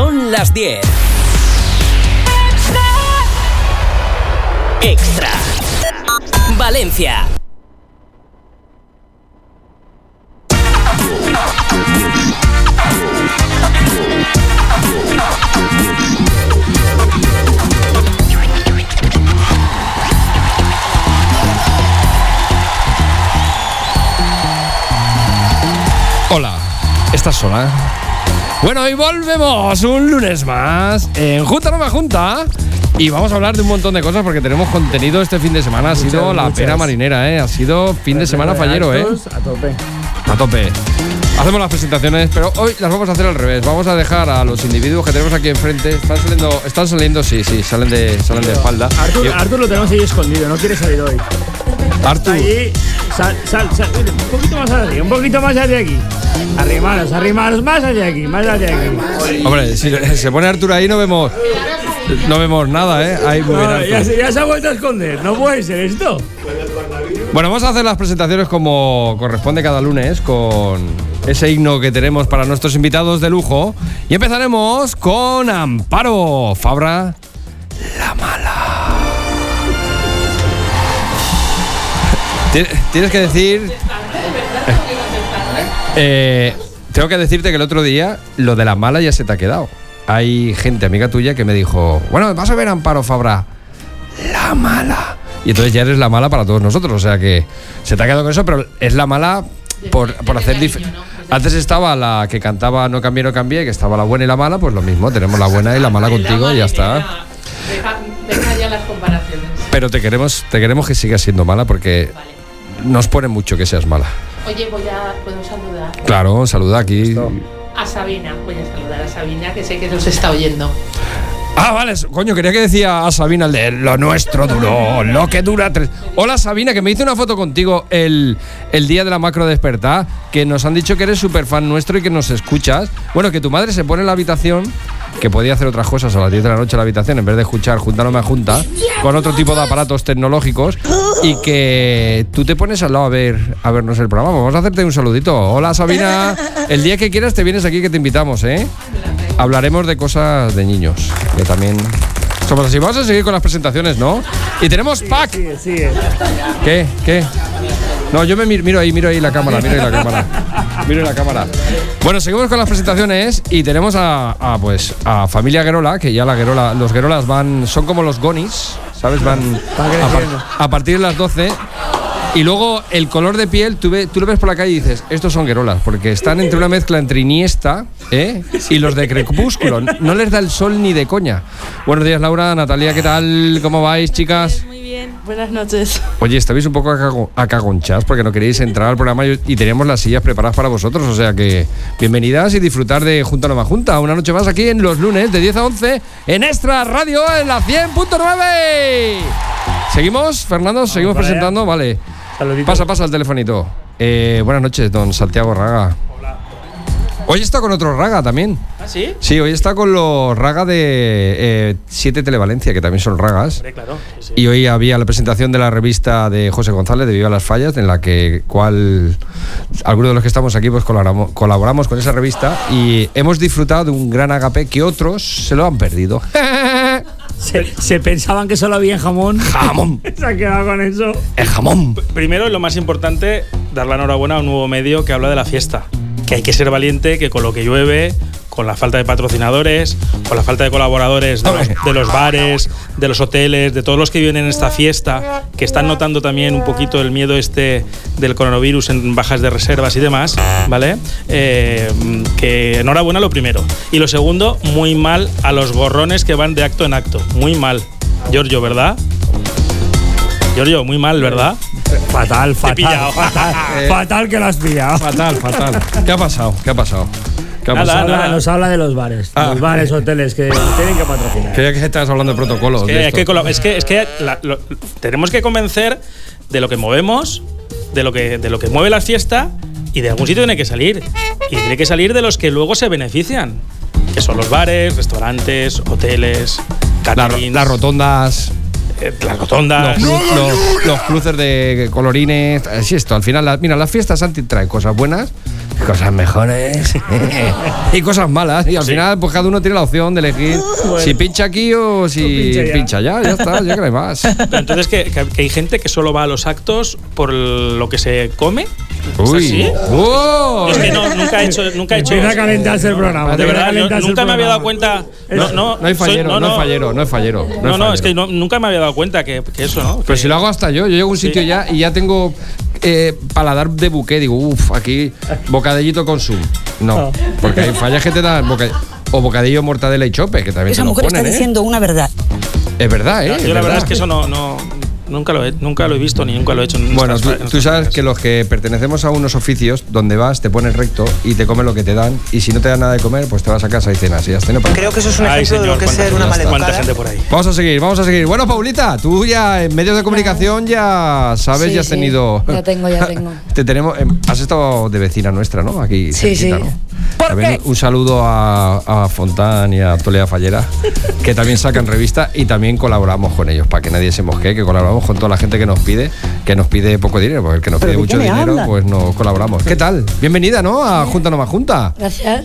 10. Extra. Valencia. Hola, ¿estás sola? ¿eh? Bueno, hoy volvemos un lunes más en Junta Nueva Junta. Y vamos a hablar de un montón de cosas porque tenemos contenido este fin de semana. Ha sido Muchas, la muchas. pera marinera, ¿eh? Ha sido fin de semana fallero, ¿eh? Actos A tope. A tope. Hacemos las presentaciones, pero hoy las vamos a hacer al revés. Vamos a dejar a los individuos que tenemos aquí enfrente. Están saliendo, están saliendo sí, sí, salen de, salen de espalda. Artur, Y- Artur lo tenemos ahí escondido, no quiere salir hoy. Está Artur. allí. Sal, sal, sal. Mira, Un poquito más hacia aquí, un poquito más hacia aquí. Arrimaros, arrimaros, más hacia aquí, más hacia aquí. Hombre, si se pone Artur ahí no vemos, no vemos nada, ¿eh? Ahí muy bien No, ya, Artur. se, ya se ha vuelto a esconder, no puede ser esto. Bueno, vamos a hacer las presentaciones como corresponde cada lunes con ese himno que tenemos para nuestros invitados de lujo. Y empezaremos con Amparo Fabra. La mala. Ti- Tienes que decir... Eh, tengo que decirte que el otro día lo de la mala ya se te ha quedado. Hay gente amiga tuya que me dijo, bueno, vas a ver Amparo Fabra. La mala. Y entonces ya eres la mala para todos nosotros. O sea que se te ha quedado con eso, pero es la mala por, por hacer dif- Antes estaba la que cantaba No cambié, no cambié, que estaba la buena y la mala, pues lo mismo, tenemos la buena y la mala contigo y ya está. Deja, deja ya las comparaciones. Pero te queremos, te queremos que sigas siendo mala porque Vale. nos pone mucho que seas mala. Oye, voy a, puedo saludar Claro, saluda aquí. a Sabina. Voy a saludar a Sabina, que sé que nos está oyendo. Ah, vale, s- coño, quería que decía a Sabina el de lo nuestro duró, lo que dura tres. Hola Sabina, que me hice una foto contigo el, el día de la macro despertar, que nos han dicho que eres súper fan nuestro y que nos escuchas. Bueno, que tu madre se pone en la habitación, que podía hacer otras cosas a las 10 de la noche en la habitación, en vez de escuchar Junta no me junta, con otro tipo de aparatos tecnológicos, y que tú te pones al lado a ver a vernos el programa. Vamos a hacerte un saludito. Hola Sabina, el día que quieras te vienes aquí que te invitamos, ¿eh? Hablaremos de cosas de niños, que también somos así. Vamos a seguir con las presentaciones, ¿no? Y tenemos pack. Sigue, sigue. ¿Qué? ¿Qué? No, yo me mir- miro ahí, miro ahí la cámara, miro ahí la cámara. Miro ahí la cámara. Bueno, seguimos con las presentaciones y tenemos a, a, pues a familia Guerola, que ya la Guerola, los Guerolas van son como los Gonis, ¿sabes? Van Van a, par- creciendo. a partir de las 12 y luego el color de piel, tú, ve- tú lo ves por la calle y dices, estos son Guerolas, porque están entre una mezcla entre Iniesta ¿eh? y los de Crepúsculo. No les da el sol ni de coña. Buenos días, Laura, Natalia, ¿qué tal? ¿Cómo vais, chicas? Muy bien, buenas noches. Oye, estabais un poco acago- acagonchadas porque no queríais entrar al programa y y teníamos las sillas preparadas para vosotros. O sea que bienvenidas y disfrutar de Junta Nueva Junta. Una noche más aquí en los lunes de 10 a 11 en Extra Radio en la 100.9. ¿Seguimos, Fernando? ¿Seguimos para allá. presentando? Vale. Saludito. Pasa, pasa el telefonito. Eh, buenas noches, don Santiago Raga. Hoy está con otro Raga también. ¿Ah, sí? Sí, hoy está con los Raga de 7 Televalencia, que también son Ragas. Hombre, claro. sí, sí. Y hoy había la presentación de la revista de José González de Viva las Fallas, en la que cual algunos de los que estamos aquí pues colaboramo- colaboramos con esa revista y hemos disfrutado de un gran agape que otros se lo han perdido. Se, se pensaban que solo había jamón. jamón, Se ha quedado con eso. el jamón. Primero, lo más importante, dar la enhorabuena a un nuevo medio que habla de la fiesta. Que hay que ser valiente, que con lo que llueve, con la falta de patrocinadores, con la falta de colaboradores de los, de los bares, de los hoteles, de todos los que viven en esta fiesta, que están notando también un poquito el miedo este del coronavirus en bajas de reservas y demás, ¿vale? Eh, que enhorabuena lo primero. Y lo segundo, muy mal a los gorrones que van de acto en acto. Muy mal. Giorgio, ¿verdad? Giorgio, muy mal, ¿verdad? Fatal, fatal. pillado. Fatal, Eh. fatal que lo has pillado. Fatal, fatal. ¿Qué ha pasado? ¿Qué ha pasado? ¿Qué ha Nada, pasado? Habla- nada. nos habla de los bares. Ah. Los bares, hoteles que tienen que patrocinar. Creía que estabas hablando de protocolos. Que de hay esto. que colab- es que, es que la- lo- tenemos que convencer de lo que movemos, de lo que, de lo que mueve la fiesta y de algún sitio tiene que salir. Y tiene que salir de los que luego se benefician, que son los bares, restaurantes, hoteles, La- caterings. las rotondas. eh, las rotondas. Los, cru- los- los cruces de colorines. Es esto, al final, la- mira, las fiestas anti traen cosas buenas, cosas mejores y cosas malas. Y al Sí. final, pues cada uno tiene la opción de elegir si pincha aquí o si pincha ya. pincha ya. Ya está, ya que no hay más. Pero Entonces, que, que- que hay gente que solo va a los actos por lo que se come. Uy, así? ¡Oh! Yo Es que no, nunca he hecho. Nunca he hecho Empieza a calentarse el programa. De empieza a verdad, yo calentarse el nunca me había dado programa. cuenta. No, No, no, no hay fallero, soy- no, hay fallero, no hay fallero. hay No, no, es fallero. que no- nunca me había dado cuenta que, que eso, ¿no? Pero Que- si lo hago hasta yo, yo llego a un sitio ya y ya tengo eh, paladar de buque, digo, uff, aquí bocadillito con zoom. Ah. No, porque hay fallas que te dan boca- o bocadillo mortadela y chope, que también Esa te lo mujer ponen, está ¿eh? diciendo una verdad. Es verdad, ¿eh? Yo la verdad es que eso no. no nunca, lo he, nunca lo he visto ni nunca lo he hecho. en Bueno, nuestras- tú, en nuestras tú sabes familias. que los que pertenecemos a unos oficios donde vas, te pones recto y te comes lo que te dan, y si no te dan nada de comer, pues te vas a casa y cenas y has tenido para- Creo que eso es un Ay, ejemplo señor, de lo que es cuánta ser una gente- ¿Cuánta maleducada. gente por ahí? Vamos a seguir, vamos a seguir. Bueno, Paulita, tú ya en medios de comunicación ya sabes, Sí, ya has sí. tenido. Ya tengo, ya tengo. Te tenemos, em, has estado de vecina nuestra, ¿no? Aquí. Sí, cerquita, sí. ¿no? ¿Por También qué? un saludo a, a Fontán y a Toledo Fallera, que también sacan revista y también colaboramos con ellos, para que nadie se mosquee, que colaboramos con toda la gente que nos pide, que nos pide poco dinero, porque el que nos pide ¿de mucho qué me dinero, habla? pues nos colaboramos. ¿Qué tal? Bienvenida, ¿no? A Junta No Más Junta. Gracias.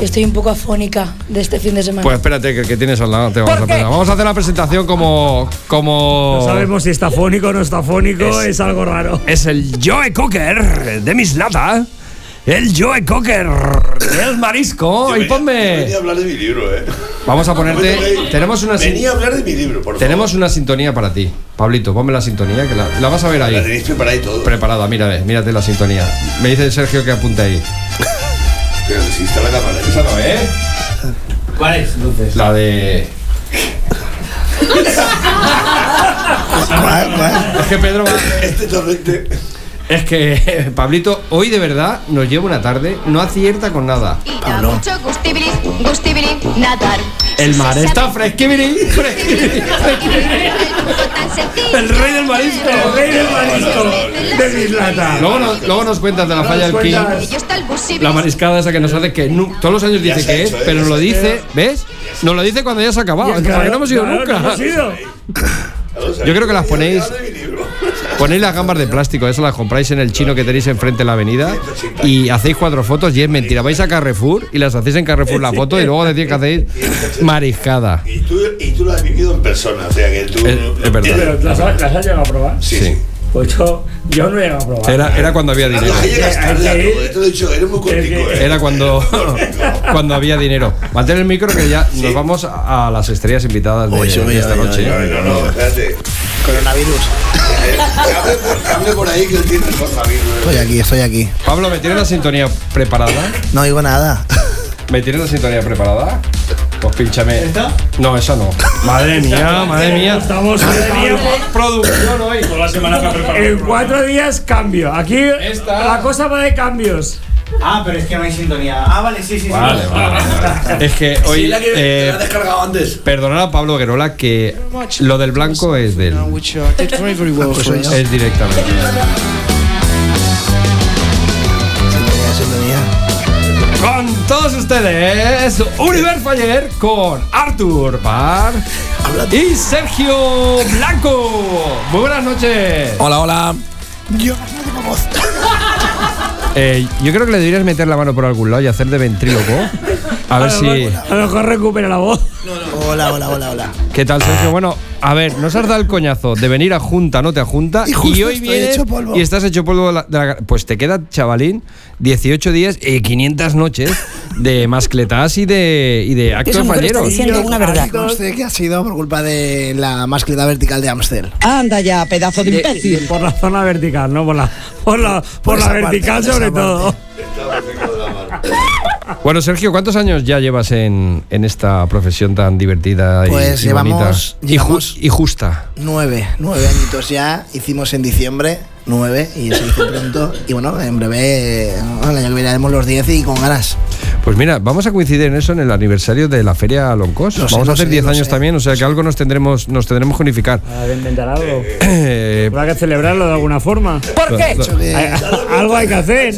Estoy un poco afónica de este fin de semana. Pues espérate, que, que tienes al lado. te vamos, a ¿Por qué? presentar. vamos a hacer la presentación como. como... No sabemos si está fónico o no está fónico, es, algo raro. es el Joe Cocker de Mislata. El Joe Cocker del marisco. Y ponme. Venía a hablar de mi libro, eh. Vamos a ponerte. Tenemos una, sin- Venía a hablar de mi libro, por favor. tenemos una sintonía para ti. Pablito, ponme la sintonía, que la, la vas a ver La ahí. tenéis preparada y todo. Preparada, mira, ve, mírate la sintonía. Me dice Sergio que apunte ahí. Pero si está la cámara. Esa no, eh. ¿Cuál es? Entonces. La de. Es que Pedro. va- Este torrente. Es que Pablito, hoy de verdad nos lleva una tarde, no acierta con nada. mucho gustibilis, gustibilis, nadar. El mar está fresquibiri, fresquibiri. El El rey del marisco. El rey del marisco de Mislata. Luego nos, luego nos cuentas de la falla del King. cuentas. La mariscada esa que nos hace que nu- todos los años dice se ha que es, hecho, ¿eh? pero nos lo Ya dice, ¿ves? Nos lo dice cuando ya se ha acabado. Ya, Cuando claro, no hemos ido claro, nunca. no hemos ido. Yo creo que las Venía a ponéis- hablar de mi libro. Ponéis las gambas de plástico, eso las compráis en el chino que tenéis enfrente de la avenida y hacéis cuatro fotos y es mentira. Vais a Carrefour y las hacéis en Carrefour la foto y luego decís que hacéis mariscada. Y tú, y tú lo has vivido en persona, o sea que tú. Es- Eh, es verdad. Pero ¿las, has- las has llegado a probar. Sí, sí. Ah, Pues yo, yo no he llegado a probar. Era, era cuando había dinero. Cuando llegas Hay que tarde a ir. todo, te lo he dicho, eres muy cortico, que- eh. Era cuando, cuando había dinero. Mantén el micro que ya nos vamos a, a las estrellas invitadas de, Oye, de oye, esta oye, noche. oye, No, no, espérate. Coronavirus. Eh, que hable por- que hable por ahí que él tiene el coronavirus. Estoy aquí, estoy aquí. Pablo, ¿me tienes la sintonía preparada? No digo nada. ¿Me tienes la sintonía preparada? Pues pínchame. No, esa no. Madre mía, madre mía. Estamos madre Ah, mía, por- Producción hoy. Toda la semana para preparar el en programa. cuatro días cambio. Aquí Esta- la cosa va de cambios. Ah, pero es que no hay sintonía. Ah, vale, sí, sí, Vale, sí. vale, vale. Es que Sí, hoy. la que- eh, la descargado antes. Perdonad a Pablo Guerola que lo del blanco es de él. Pues Es directamente. Sintonía, sintonía. Con todos ustedes, Univer Faller con Artur Par y Sergio Blanco. Muy buenas noches. Hola, hola. Eh, yo creo que le deberías meter la mano por algún lado y hacer de ventríloco. A ver si. A lo mejor recupera la voz. Hola, hola, hola, hola. ¿Qué tal, Sergio? Bueno, a ver, nos has dado el coñazo de venir a junta, no te a junta. Y justo hoy estoy vienes hecho polvo. y estás hecho polvo. de la- de la- pues te queda, chavalín, 18 días y 500 noches de mascletas y de, y de Esa actos mujer está falleros. diciendo una verdad. Conste que ha sido por culpa de la mascleta vertical de Amstel. Anda ya, pedazo de imbécil. Por la zona vertical, no por la, por la, por Por la esa parte, vertical por esa sobre parte. todo. Estaba cerca de la mano. Bueno, Sergio, ¿cuántos años ya llevas en, en esta profesión tan divertida y- Pues y, llevamos- bonita? Y ju- llevamos- y justa. Nueve, nueve añitos ya. Hicimos en diciembre nueve y se hizo pronto. Y bueno, en breve, eh, el año que viene haremos los diez y con ganas. Pues mira, vamos a coincidir en eso en el aniversario de la Feria Loncos. Lo sé, vamos a lo hacer sé, 10 lo años sé. también, o sea que algo nos tendremos, nos tendremos que unificar. Habrá que inventar algo. Eh, Habrá que celebrarlo de alguna forma. ¿Por qué? lo- Eh, Hay- algo hay que hacer.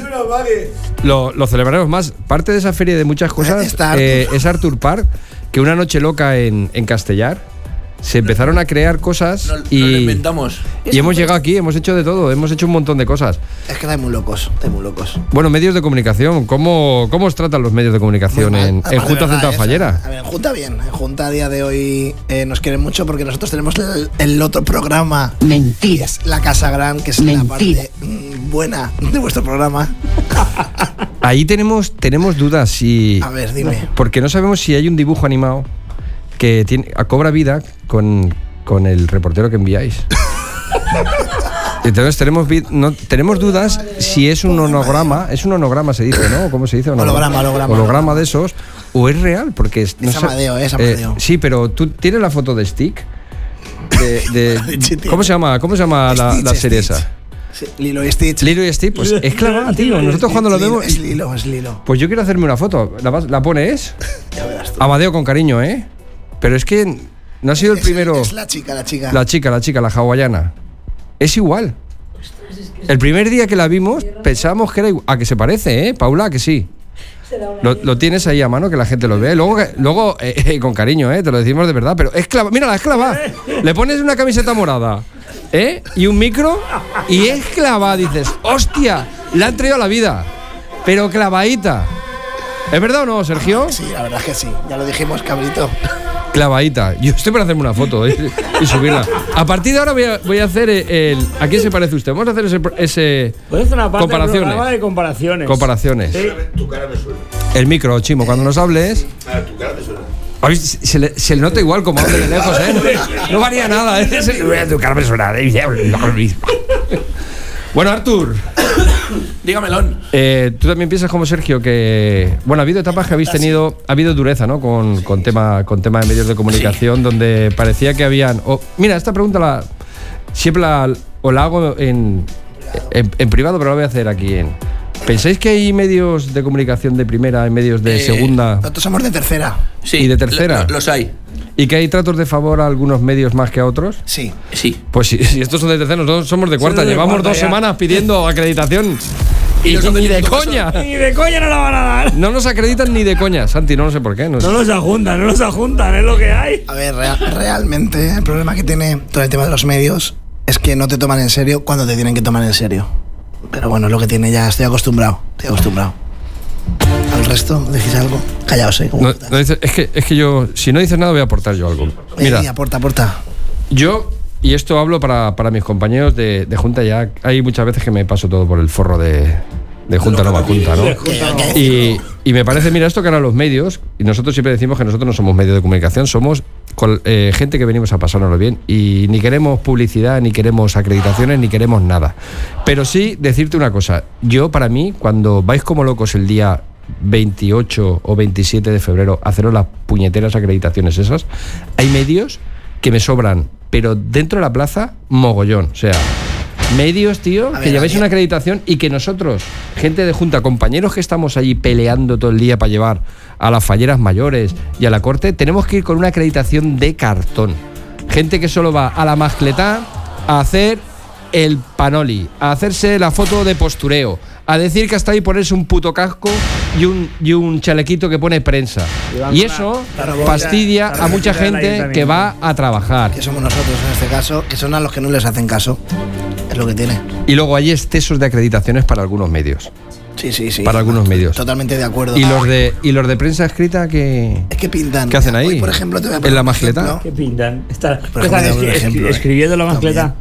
lo, lo celebraremos más. Parte de esa feria y de muchas cosas Eh, Está Artur. eh, es Arthur Park, que una noche loca en, en Castellar. se empezaron a crear cosas y, inventamos. y hemos llegado aquí, hemos hecho de todo, hemos hecho un montón de cosas. Es que estáis muy locos, estáis muy locos. Bueno, medios de comunicación, ¿cómo, cómo os tratan los medios de comunicación Muy mal. en, Además, en de Junta verdad, Central ¿eh? Fallera? A ver, en Junta bien, en Junta a día de hoy eh, nos quieren mucho porque nosotros tenemos el, el otro programa. Mentiras. La Casa Gran, que es la parte mm, buena de vuestro programa. Ahí tenemos, tenemos dudas si. A ver, dime. Porque no sabemos si hay un dibujo animado que tiene, a- cobra vida con, con el reportero que enviáis. Entonces tenemos, vi- no, tenemos dudas si es un onograma, es un onograma se dice, ¿no? ¿Cómo se dice? Holograma, holograma, Holograma de esos, o es real, porque es- no Es sé- Amadeo, es eh, Amadeo. sí, pero tú tienes la foto de Stick. De, de- ¿Cómo se llama? ¿Cómo se llama la, la Stitch, serie Stitch. esa? Sí, Lilo y Stitch. Lilo y Stitch, pues es clavada, tío. Nosotros cuando lo Es Lilo, vemos. Es Lilo, es Lilo. Pues yo quiero hacerme una foto. ¿La, vas- la pones? Amadeo con cariño, ¿eh? Pero es que no ha sido el primero. Es la chica, la chica. La chica, la chica, la hawaiana. Es igual. El primer día que la vimos pensábamos que era igual. A que se parece, ¿eh? Paula, ¿a que sí. Lo, lo tienes ahí a mano que la gente lo vea. Y Luego, que- luego eh, eh, con cariño, ¿eh? te lo decimos de verdad, pero es clava. Mira, la es clava. Le pones una camiseta morada ¿eh? y un micro y es clava. Dices, hostia, la han traído a la vida, pero clavadita. ¿Es verdad o no, Sergio? Sí, la verdad es que sí. Ya lo dijimos, cabrito. Clavadita. Yo estoy para hacerme una foto ¿eh? y subirla. A partir de ahora voy a, voy a hacer el, ¿A quién se parece usted? Vamos a hacer ese. ese- Pues es una parte del Comparaciones. programa ¿eh? de comparaciones. Comparaciones. Sí. Tu cara me suena. el micro, Chimo, cuando nos hables. Ah, tu cara me suena. Ay, Se se le, se le nota igual como habla de lejos, ¿eh? No varía nada, ¿eh? Sí, voy a educar personal, ¿eh? Bueno, Artur, Dígamelo. eh, tú también piensas como Sergio que. Bueno, ha habido etapas que habéis tenido. Ha habido dureza, ¿no? Con, con, tema, con tema de medios de comunicación, donde parecía que habían. o- mira, esta pregunta la. Siempre la, o la hago en, en, en privado, pero la voy a hacer aquí en. ¿Pensáis que hay medios de comunicación de primera y medios de Eh, segunda Nosotros somos de tercera. Sí, y de tercera? lo- los hay. ¿Y que hay tratos de favor a algunos medios más que a otros? Sí. Sí. Pues si, si estos son de terceros, nosotros somos de cuarta. de Llevamos cuarta dos ya. semanas pidiendo acreditación. Y Y, nos han ni de dicho que son- coña. Y de coña no la van a dar. No nos acreditan ni de coña, Santi, no lo sé por qué. no sé. No los ajuntan, no los ajuntan, es lo que hay. A ver, rea- realmente el problema que tiene todo el tema de los medios es que no te toman en serio cuando te tienen que tomar en serio. Pero bueno, es lo que tiene ya, estoy acostumbrado, estoy acostumbrado. Al resto, decís algo, callaos, ¿eh? Como No- no dice- es, que, es que yo, si no dices nada, voy a aportar yo algo. putas. Eh, Mira, aporta, aporta. yo, y esto hablo para, para mis compañeros de, de Junta ya, hay muchas veces que me paso todo por el forro de, de Junta no va Junta, ¿no? Y, y me parece, mira, esto que ahora los medios, y nosotros siempre decimos que nosotros no somos medios de comunicación, somos col- eh, gente que venimos a pasárnoslo bien y ni queremos publicidad, ni queremos acreditaciones, ni queremos nada. Pero sí decirte una cosa, yo para mí, cuando vais como locos el día 28 o 27 de febrero a haceros las puñeteras acreditaciones esas, hay medios que me sobran, pero dentro de la plaza, mogollón, o sea... Medios, tío, ver, que lleváis a ver. una acreditación y que nosotros, gente de junta, compañeros que estamos allí peleando todo el día para llevar a las falleras mayores y a la corte, tenemos que ir con una acreditación de cartón. Gente que solo va a la mascletá a hacer el panoli, a hacerse la foto de postureo, a decir que hasta ahí ponerse un puto casco y un, y un chalequito que pone prensa. Llevando Y una eso tarabona- fastidia a tarabona mucha del gente que ayuntamiento. va a trabajar. Que somos nosotros en este caso, que son a los que no les hacen caso. Es lo que tiene. Y luego hay excesos de acreditaciones para algunos medios. Sí, sí, sí. Para algunos medios. Totalmente de acuerdo. ¿Y los de, y los de prensa escrita que Es que pintan. ¿Qué hacen ahí? Hoy, por ejemplo, te voy a ¿En poner la un magleta? ejemplo. ¿Qué pintan? Está, Por ejemplo, están te doy un escri- ejemplo, escri- eh. escribiendo la También. mascleta.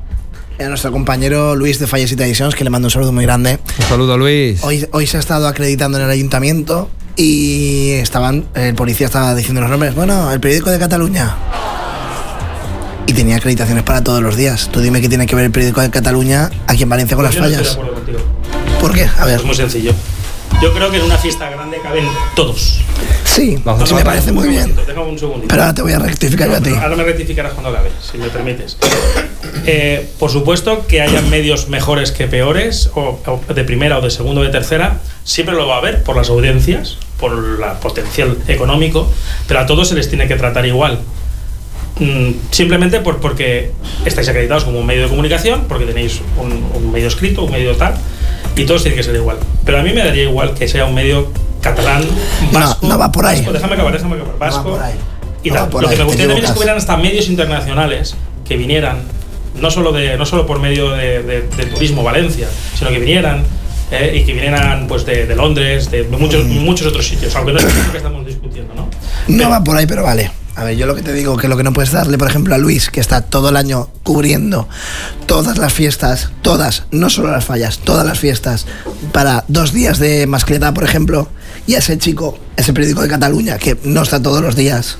Y A nuestro compañero Luis de Falles y Editions, que le mando un saludo muy grande. Un saludo a Luis. Hoy, hoy se ha estado acreditando en el ayuntamiento y estaban el policía estaba diciendo los nombres. Bueno, el periódico de Cataluña. Y tenía acreditaciones para todos los días. Tú dime qué tiene que ver el periódico de Cataluña aquí en Valencia con Pues las Yo no estoy de fallas. acuerdo contigo. ¿Por qué? A ver. Es muy sencillo. Yo creo que en una fiesta grande caben todos. Sí, Vamos a sí me ver. parece muy bien. Déjame un segundito. Pero ahora te voy a rectificar yo a ti. Ahora me rectificarás cuando acabe, si me permites. Eh, por supuesto que haya medios mejores que peores, o, o de primera o de segunda o de tercera, siempre lo va a haber por las audiencias, por el potencial económico, pero a todos se les tiene que tratar igual. Mm, simplemente por, porque estáis acreditados como un medio de comunicación, porque tenéis un, un medio escrito, un medio tal, y todos tienen que ser igual. Pero a mí me daría igual que sea un medio catalán, No, vasco. no va por ahí. vasco, déjame acabar, déjame acabar. va Vasco, por ahí. Y Ah, tal. por lo que ahí, te me gustaría también es que equivocas. hubieran hasta medios internacionales que vinieran, no solo, de, no solo por medio de, de- de Turismo Valencia, sino que vinieran eh, y que vinieran pues, de, de Londres, de, de muchos, Mm. muchos otros sitios, aunque no es lo que estamos discutiendo, ¿no? No va por ahí, pero vale. A ver, yo lo que te digo, que lo que no puedes darle, por ejemplo, a Luis, que está todo el año cubriendo todas las fiestas, todas, no solo las fallas, todas las fiestas, para dos días de mascleta, por ejemplo, y a ese chico, ese periódico de Cataluña, que no está todos los días,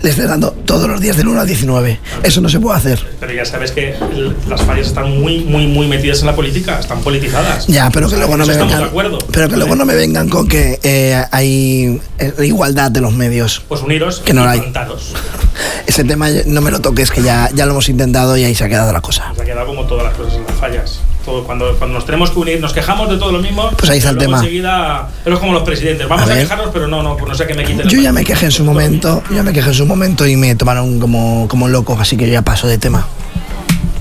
le estés dando todos los días del 1 al 19. Eso no se puede hacer. Pero ya sabes que l- las fallas están muy, muy, muy metidas en la política, están politizadas. Ya, pero que O sea, luego no en me eso estamos vengan. de acuerdo. Pero que luego no me vengan con que eh, hay eh, igualdad de los medios. Pues uniros Que no y la hay. plantaros. Ese tema ya- no me lo toques, que ya, ya lo hemos intentado y ahí se ha quedado la cosa. Se ha quedado como todas las cosas en las fallas. Todo, cuando, cuando nos tenemos que unir, nos quejamos de todo lo mismo. Pues ahí está pero el tema. luego Enseguida, pero es como los presidentes. Vamos A a, ver. quejarnos, pero no, no, pues no sé qué me quiten. Yo ya me quejé en su momento, yo ya me quejé en su momento y me tomaron como, como loco, así que yo ya paso de tema.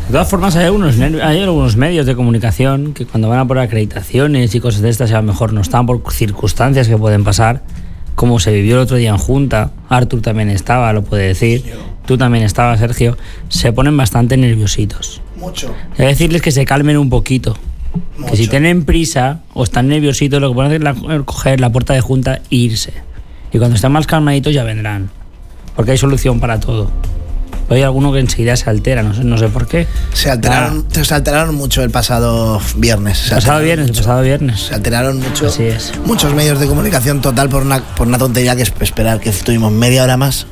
De todas formas, hay algunos, ner- hay algunos medios de comunicación que cuando van a por acreditaciones y cosas de estas, y a lo mejor no están por circunstancias que pueden pasar, como se vivió el otro día en Junta, Artur también estaba, lo puede decir, tú también estabas, Sergio, se ponen bastante nerviositos. Mucho. Voy a decirles que se calmen un poquito. Que si tienen prisa o están nerviositos, lo que pueden hacer es la- coger la puerta de junta e irse. Y cuando estén más calmaditos ya vendrán. Porque hay solución para todo. Pero hay alguno que enseguida se altera, no sé, no sé por qué. Se alteraron, se alteraron mucho el pasado viernes. Se pasado alteraron viernes, mucho. pasado viernes. Se alteraron mucho. Así es. Muchos medios de comunicación total por una, por una tontería que es esperar que estuvimos media hora más.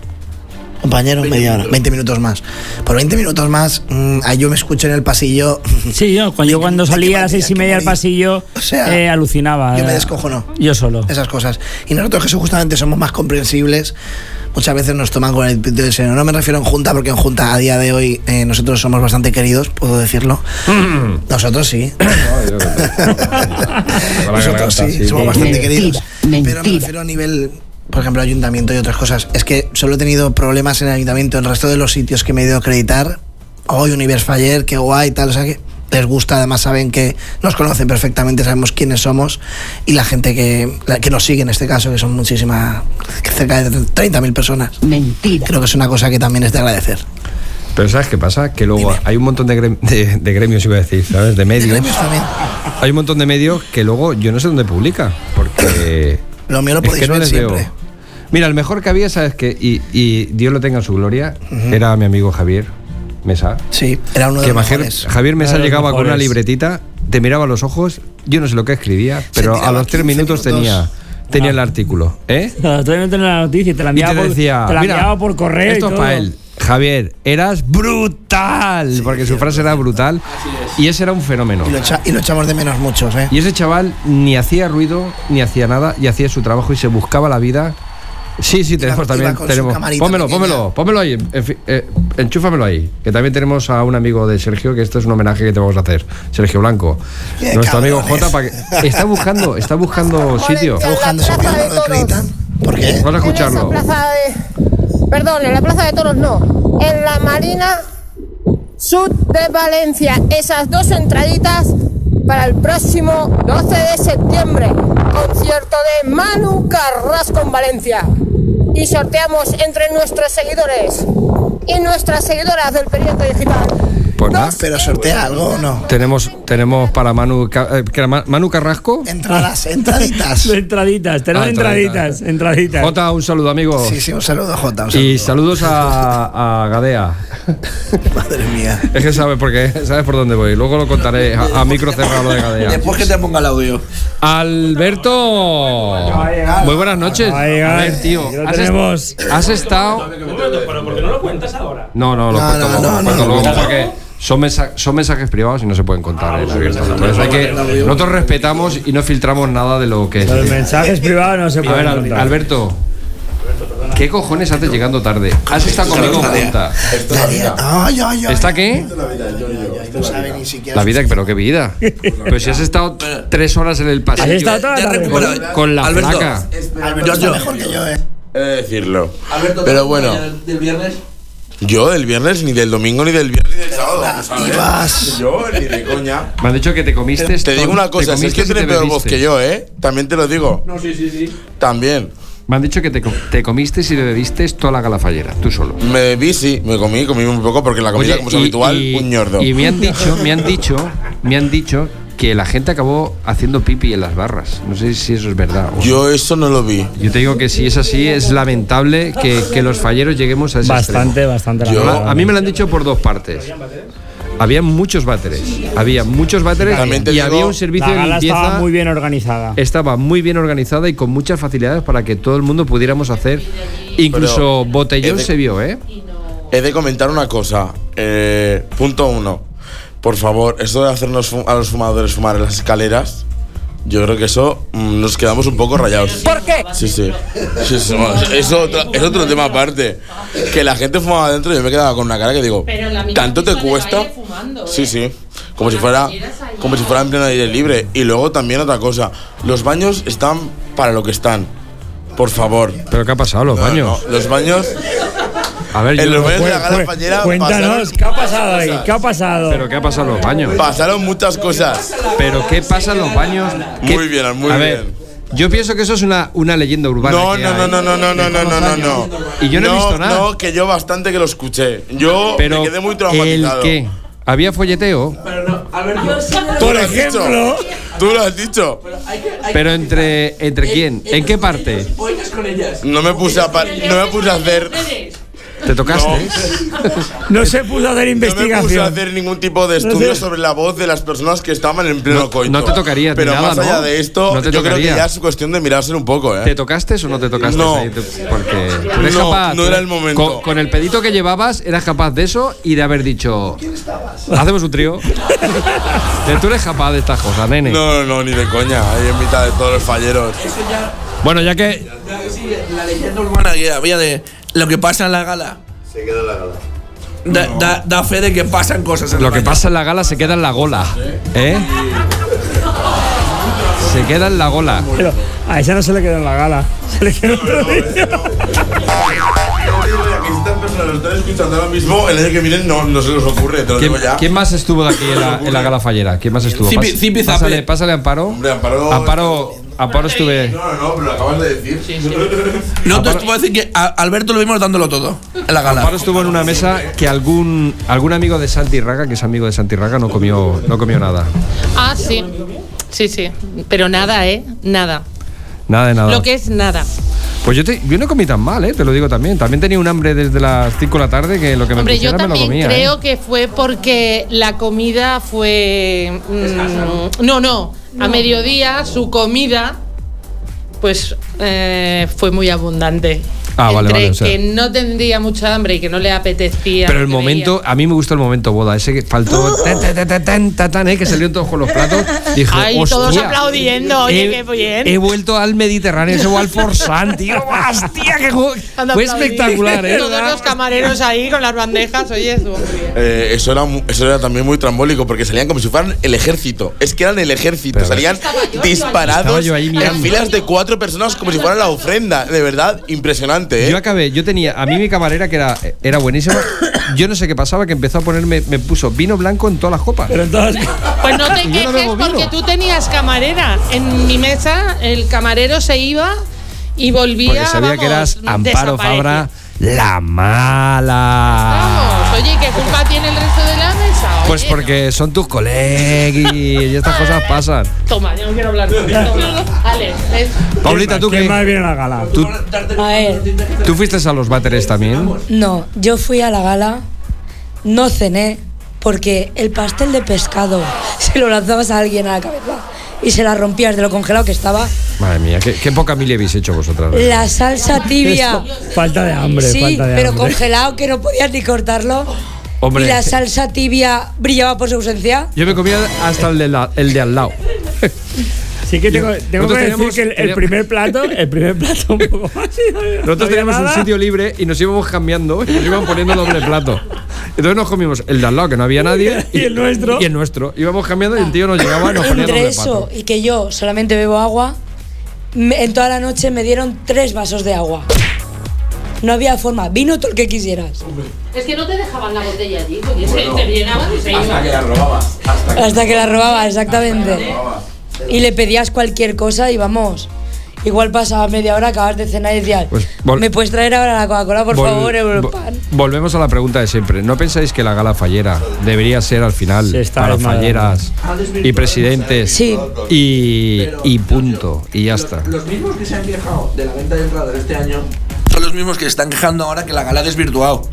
Compañero, media hora, 20 minutos más. Por 20 minutos más, mm, ahí yo me escucho en el pasillo. Sí, yo cuando, yo cuando salía a las seis y media al pasillo, eh, alucinaba. yo me eh, descojono. Yo solo. Esas cosas. Y nosotros que justamente somos más comprensibles, muchas veces nos toman con el pito del seno. No me refiero en junta, porque en junta a día de hoy eh, nosotros somos bastante queridos, puedo decirlo. Nosotros sí. Nosotros garganta, sí, sí. somos bastante Mentira, queridos. Pero me refiero a nivel, por ejemplo, ayuntamiento y otras cosas. Es que solo he tenido problemas en el ayuntamiento. En el resto de los sitios que me he ido a acreditar, hoy Univers Faller, qué guay, tal, o sea que les gusta, además saben que nos conocen perfectamente, sabemos quiénes somos y la gente que, la que nos sigue en este caso, que son muchísimas, cerca de 30.000 personas. Mentira. Creo que es una cosa que también es de agradecer. Pero ¿sabes qué pasa? Que luego hay un montón de, grem- de- de gremios, iba a decir, ¿sabes? De medios. gremios también. Hay un montón de medios que luego yo no sé dónde publica. Porque. Lo mío lo es que podéis no ver les veo. siempre. Mira, el mejor que había, ¿sabes qué? Y, y Dios lo tenga en su gloria, Ujú. era mi amigo Javier Mesa. Sí, era uno de que los Javier, mejores. Javier Mesa Era de los llegaba con una mejores. libretita, te miraba a los ojos, yo no sé lo que escribía, pero a los tres minutos tenía, tenía Ah. el artículo. ¿Eh? Todavía no tenía la noticia, te la Y te enviaba, por, decía, te la mira, enviaba por correo. y Esto es todo. para él. Javier, eras brutal, porque su frase era brutal. Y ese era un fenómeno. Y lo, echa- y lo echamos de menos muchos, ¿eh? Y ese chaval ni hacía ruido, ni hacía nada, y hacía su trabajo y se buscaba la vida. Sí, sí, tenemos también. con su Tenemos. camarita Pónmelo, pequeña. pónmelo, pónmelo ahí. en fin, eh, enchúfamelo ahí. Que también tenemos a un amigo de Sergio, que esto es un homenaje que te vamos a hacer. Sergio Blanco. Qué Nuestro amigo cabrones. J. para que- Está buscando, está buscando sitio. Está buscando sitio, no lo acreditan. ¿Por qué? Vamos a escucharlo. plaza de. Perdón, en la plaza de toros no. En la Marina Sur de Valencia. Esas dos entraditas para el próximo 12 de septiembre. Concierto de Manu Carrasco en Valencia. Y sorteamos entre nuestros seguidores y nuestras seguidoras del periódico digital. Pues nada. Pero sortea algo o no. Tenemos, tenemos para Manu, Ca- eh, que era Ma- Manu Carrasco. Entradas, entraditas. entraditas, tenemos Ah, entraditas, entraditas. entraditas. Jota, un saludo, amigo. Sí, sí, un saludo, Jota. un Y saludos a, a Gadea. Madre mía. Es que sabes por qué, sabes por dónde voy. Luego lo contaré a, a micro cerrado lo de Gadea. Después que te ponga el audio. Alberto. Muy buenas noches. A ver, tío. Lo has est- tenemos. Has estado. ¿Por qué no lo cuentas ahora? No, no, lo No, cuento no, luego, no, lo cuento no, luego no. porque son, mensa- son mensajes privados y no se pueden contar en abierto. Entonces hay que, no, no, no. nosotros respetamos y no filtramos nada de lo que es. Los mensajes privados no se A ver, pueden Al- contar. Alberto. ¿Qué cojones haces llegando tarde? Has estado conmigo en junta. Ay, ay, ay. ¿Está qué? No Pues sabe ni siquiera. La vida, pero qué vida. Pero si has estado tres horas en el pasillo. estado toda la Con- tarde. Con, la Alberto. placa. Alberto está mejor que yo, eh. He de decirlo. Pero bueno, ¿Del viernes? yo del viernes, ni del domingo, ni del viernes, ni del sábado. ¿eh? ibas. Yo, ni de coña. Me han dicho que te comiste. Te digo ton- una te cosa, si es comiste que y te tiene peor voz bebiste. que yo, ¿eh? También te lo digo. No, sí, sí, sí. También. Me han dicho que te, co- te comiste y le bebiste toda la galafallera, tú solo. Me bebí, sí, me comí, comí un poco porque la comida, Oye, como es habitual, un ñordo. Y me han dicho, me han dicho, me han dicho que la gente acabó haciendo pipi en las barras. No sé si eso es verdad. Yo eso no lo vi. Yo te digo que si es así, es lamentable que, que los falleros lleguemos a ese Bastante, extremo. bastante Yo- lamentable. A mí me lo han dicho por dos partes. Había muchos váteres. Había muchos váteres y había un servicio la de gala limpieza estaba muy bien organizada. estaba muy bien organizada y con muchas facilidades para que todo el mundo pudiéramos hacer. Incluso Pero botellón he de- se vio, ¿eh? He de comentar una cosa. Eh, punto uno. Por favor, eso de hacernos fu- a los fumadores fumar en las escaleras, yo creo que eso mm, nos quedamos un poco rayados. ¿Por qué? Sí, sí. Sí, sí, bueno, eso otra- es otro tema aparte. Que la gente fumaba adentro y yo me quedaba con una cara que digo, Pero la misma ¿tanto te cuesta? ¿eh? Sí, sí. Como si fuera como si fuera en pleno aire libre. Y luego también otra cosa, los baños están para lo que están. Por favor. ¿Pero qué ha pasado los baños? los baños A ver, en yo- los baños de la Cu- Gala cu- Fallera cuéntanos, pasaron ¿qué ha pasado muchas ahí? cosas. ¿Qué ha pasado? ¿Pero qué ha pasado en los baños? Pasaron muchas cosas. Pero ¿qué pasa en los baños? ¿Qué- Muy bien, muy a ver, bien. Yo pienso que eso es una, una leyenda urbana. No, que no, hay. no, no, no, no, no, no, no, no, no. Y yo no he visto nada. No, que yo bastante que lo escuché. Yo Pero me quedé muy ¿El traumatizado. qué? ¿Había folleteo? Tú lo has dicho. Tú lo has dicho. ¿Pero entre, entre quién? ¿En qué parte? No me puse a par- no me puse a hacer ¿Te tocaste? No se puso a hacer No me puse a investigación. hacer ningún tipo de No estudio sé. sobre la voz de las personas que estaban en pleno No- coito. no te tocaría ni Pero nada, más allá ¿no? de esto, No te yo creo que tocaría. ya es cuestión de mirárselo un poco, ¿eh? ¿Te tocaste o no te tocaste? No. Ahí te- Porque No, eres capaz, no tú- era el momento. Con, con el pedito que llevabas, eras capaz de eso y de haber dicho. Hacemos un trío. Que tú eres capaz de estas cosas, nene. No, no, ni de coña. Ahí en mitad de todos los falleros. Bueno, ya que. La leyenda urbana que había de lo que pasa en la gala. Se quedó la gala. Da, da- da fe de que pasan cosas en Lo el que baño. pasa en la gala se queda en la gola. ¿Eh? Se queda en la gola. Pero a esa no se le quedó en la gala. Se le quedó otro día. Aquí están personas, lo están escuchando ahora mismo. El año que viene no, no se les ocurre, te lo ¿Quién, digo ya. quién más estuvo de aquí en la, en la gala fallera? ¿Quién más estuvo? Zipi- Pas- Zipi Zape. pásale, pásale, Amparo. Ah. Amparo. Amparo, Amparo estuve. No, no, no, pero lo acabas de decir. No te puedo decir que a Alberto lo vimos dándolo todo en la gala. Amparo estuvo en una mesa que algún algún amigo de Santi Raga, que es amigo de Santi Raga, no comió no comió nada. Ah, sí. Sí, sí. Pero nada, ¿eh? Nada. Nada de nada. Lo que es nada. Pues yo, te- yo no comí tan mal, ¿eh? te lo digo también. También tenía un hambre desde las 5 de la tarde que lo que me Hombre, yo pusiera me lo también comía. ¿eh? creo que fue porque la comida fue. mm, no, no. A mediodía su comida, pues eh, fue muy abundante. Ah, vale, Entre vale. o sea. que no tendría mucha hambre y que no le apetecía. Pero lo el que Uh. momento, a mí me gustó el momento boda, ese que faltó tan, tan, tan, tan, tan, tan, tan, eh, que salieron todos con los platos. Dije, Ay, todos "Hostia, aplaudiendo, oye, he- qué bien". He vuelto al Mediterráneo, eso al Forsan, tío. ¡Hostia, qué juego! Cuando Fue aplaudí. espectacular, ¿eh? Todos los camareros ahí con las bandejas, oye, estuvo muy bien. Eh, eso, era, mu- eso era también muy trambólico porque salían como si fueran el ejército. Es que eran el ejército. salían Estaba disparados yo ahí mirando. en filas de cuatro personas como si fueran la ofrenda. De verdad, impresionante, ¿eh? Yo acabé, yo tenía, a mí mi camarera que era, era buenísima, yo no sé qué pasaba, que empezó a ponerme, me puso vino blanco en todas las copas. Pero Pues no te quejes porque tú tenías camarera. En mi mesa el camarero se iba y volvía. Porque sabía que eras vamos, Amparo desaparecía. Fabra, la mala. Vamos, oye, ¿qué culpa tiene el resto de la mesa? Pues Oye, porque son tus colegas y estas cosas pasan. Toma, yo no quiero hablar de esto. Alex, ves. Paulita, ¿tú qué? viene la gala? ¿Tú, A ver, tú fuiste a los váteres también? no, yo fui a la gala, no cené, porque el pastel de pescado se lo lanzabas a alguien a la cabeza y se la rompías de lo congelado que estaba. Madre mía, qué, qué poca mil habéis hecho vosotras. La salsa tibia. Falta de hambre, Eh, sí, pero congelado que no podías ni cortarlo. Hombre. Y la salsa tibia brillaba por su ausencia. Yo me comía hasta el de, la- el de al lado. Sí que tengo, Yo- tengo que nosotros decir teníamos- que el, el teníamos- primer plato, el primer plato un poco más. Nosotros teníamos un sitio libre y nos íbamos cambiando y nos íbamos poniendo doble plato. Entonces nos comimos el de al lado, que no había nadie. Y, el nuestro. Y el nuestro. Íbamos cambiando y el tío nos llegaba y nos ponía Entre doble eso plato. y que yo solamente bebo agua, me- en toda la noche me dieron tres vasos de agua. No había forma, vino todo el que quisieras. Es que no te dejaban la botella allí, porque se te llenaban y se iban. Hasta que la robaba, exactamente. Y le pedías cualquier cosa y vamos. Igual pasaba media hora, acabas de cenar y decías, Pues vol- ¿me puedes traer ahora la Coca-Cola, por Vol- favor, vo- Europan? Volvemos a la pregunta de siempre. ¿No pensáis que la gala fallera debería ser al final para vez más. falleras y presidentes? Sí. Y, y punto. Y ya está. Los mismos que se han quejado de la venta de entradas este año son los mismos que están quejando ahora que la gala ha desvirtuado.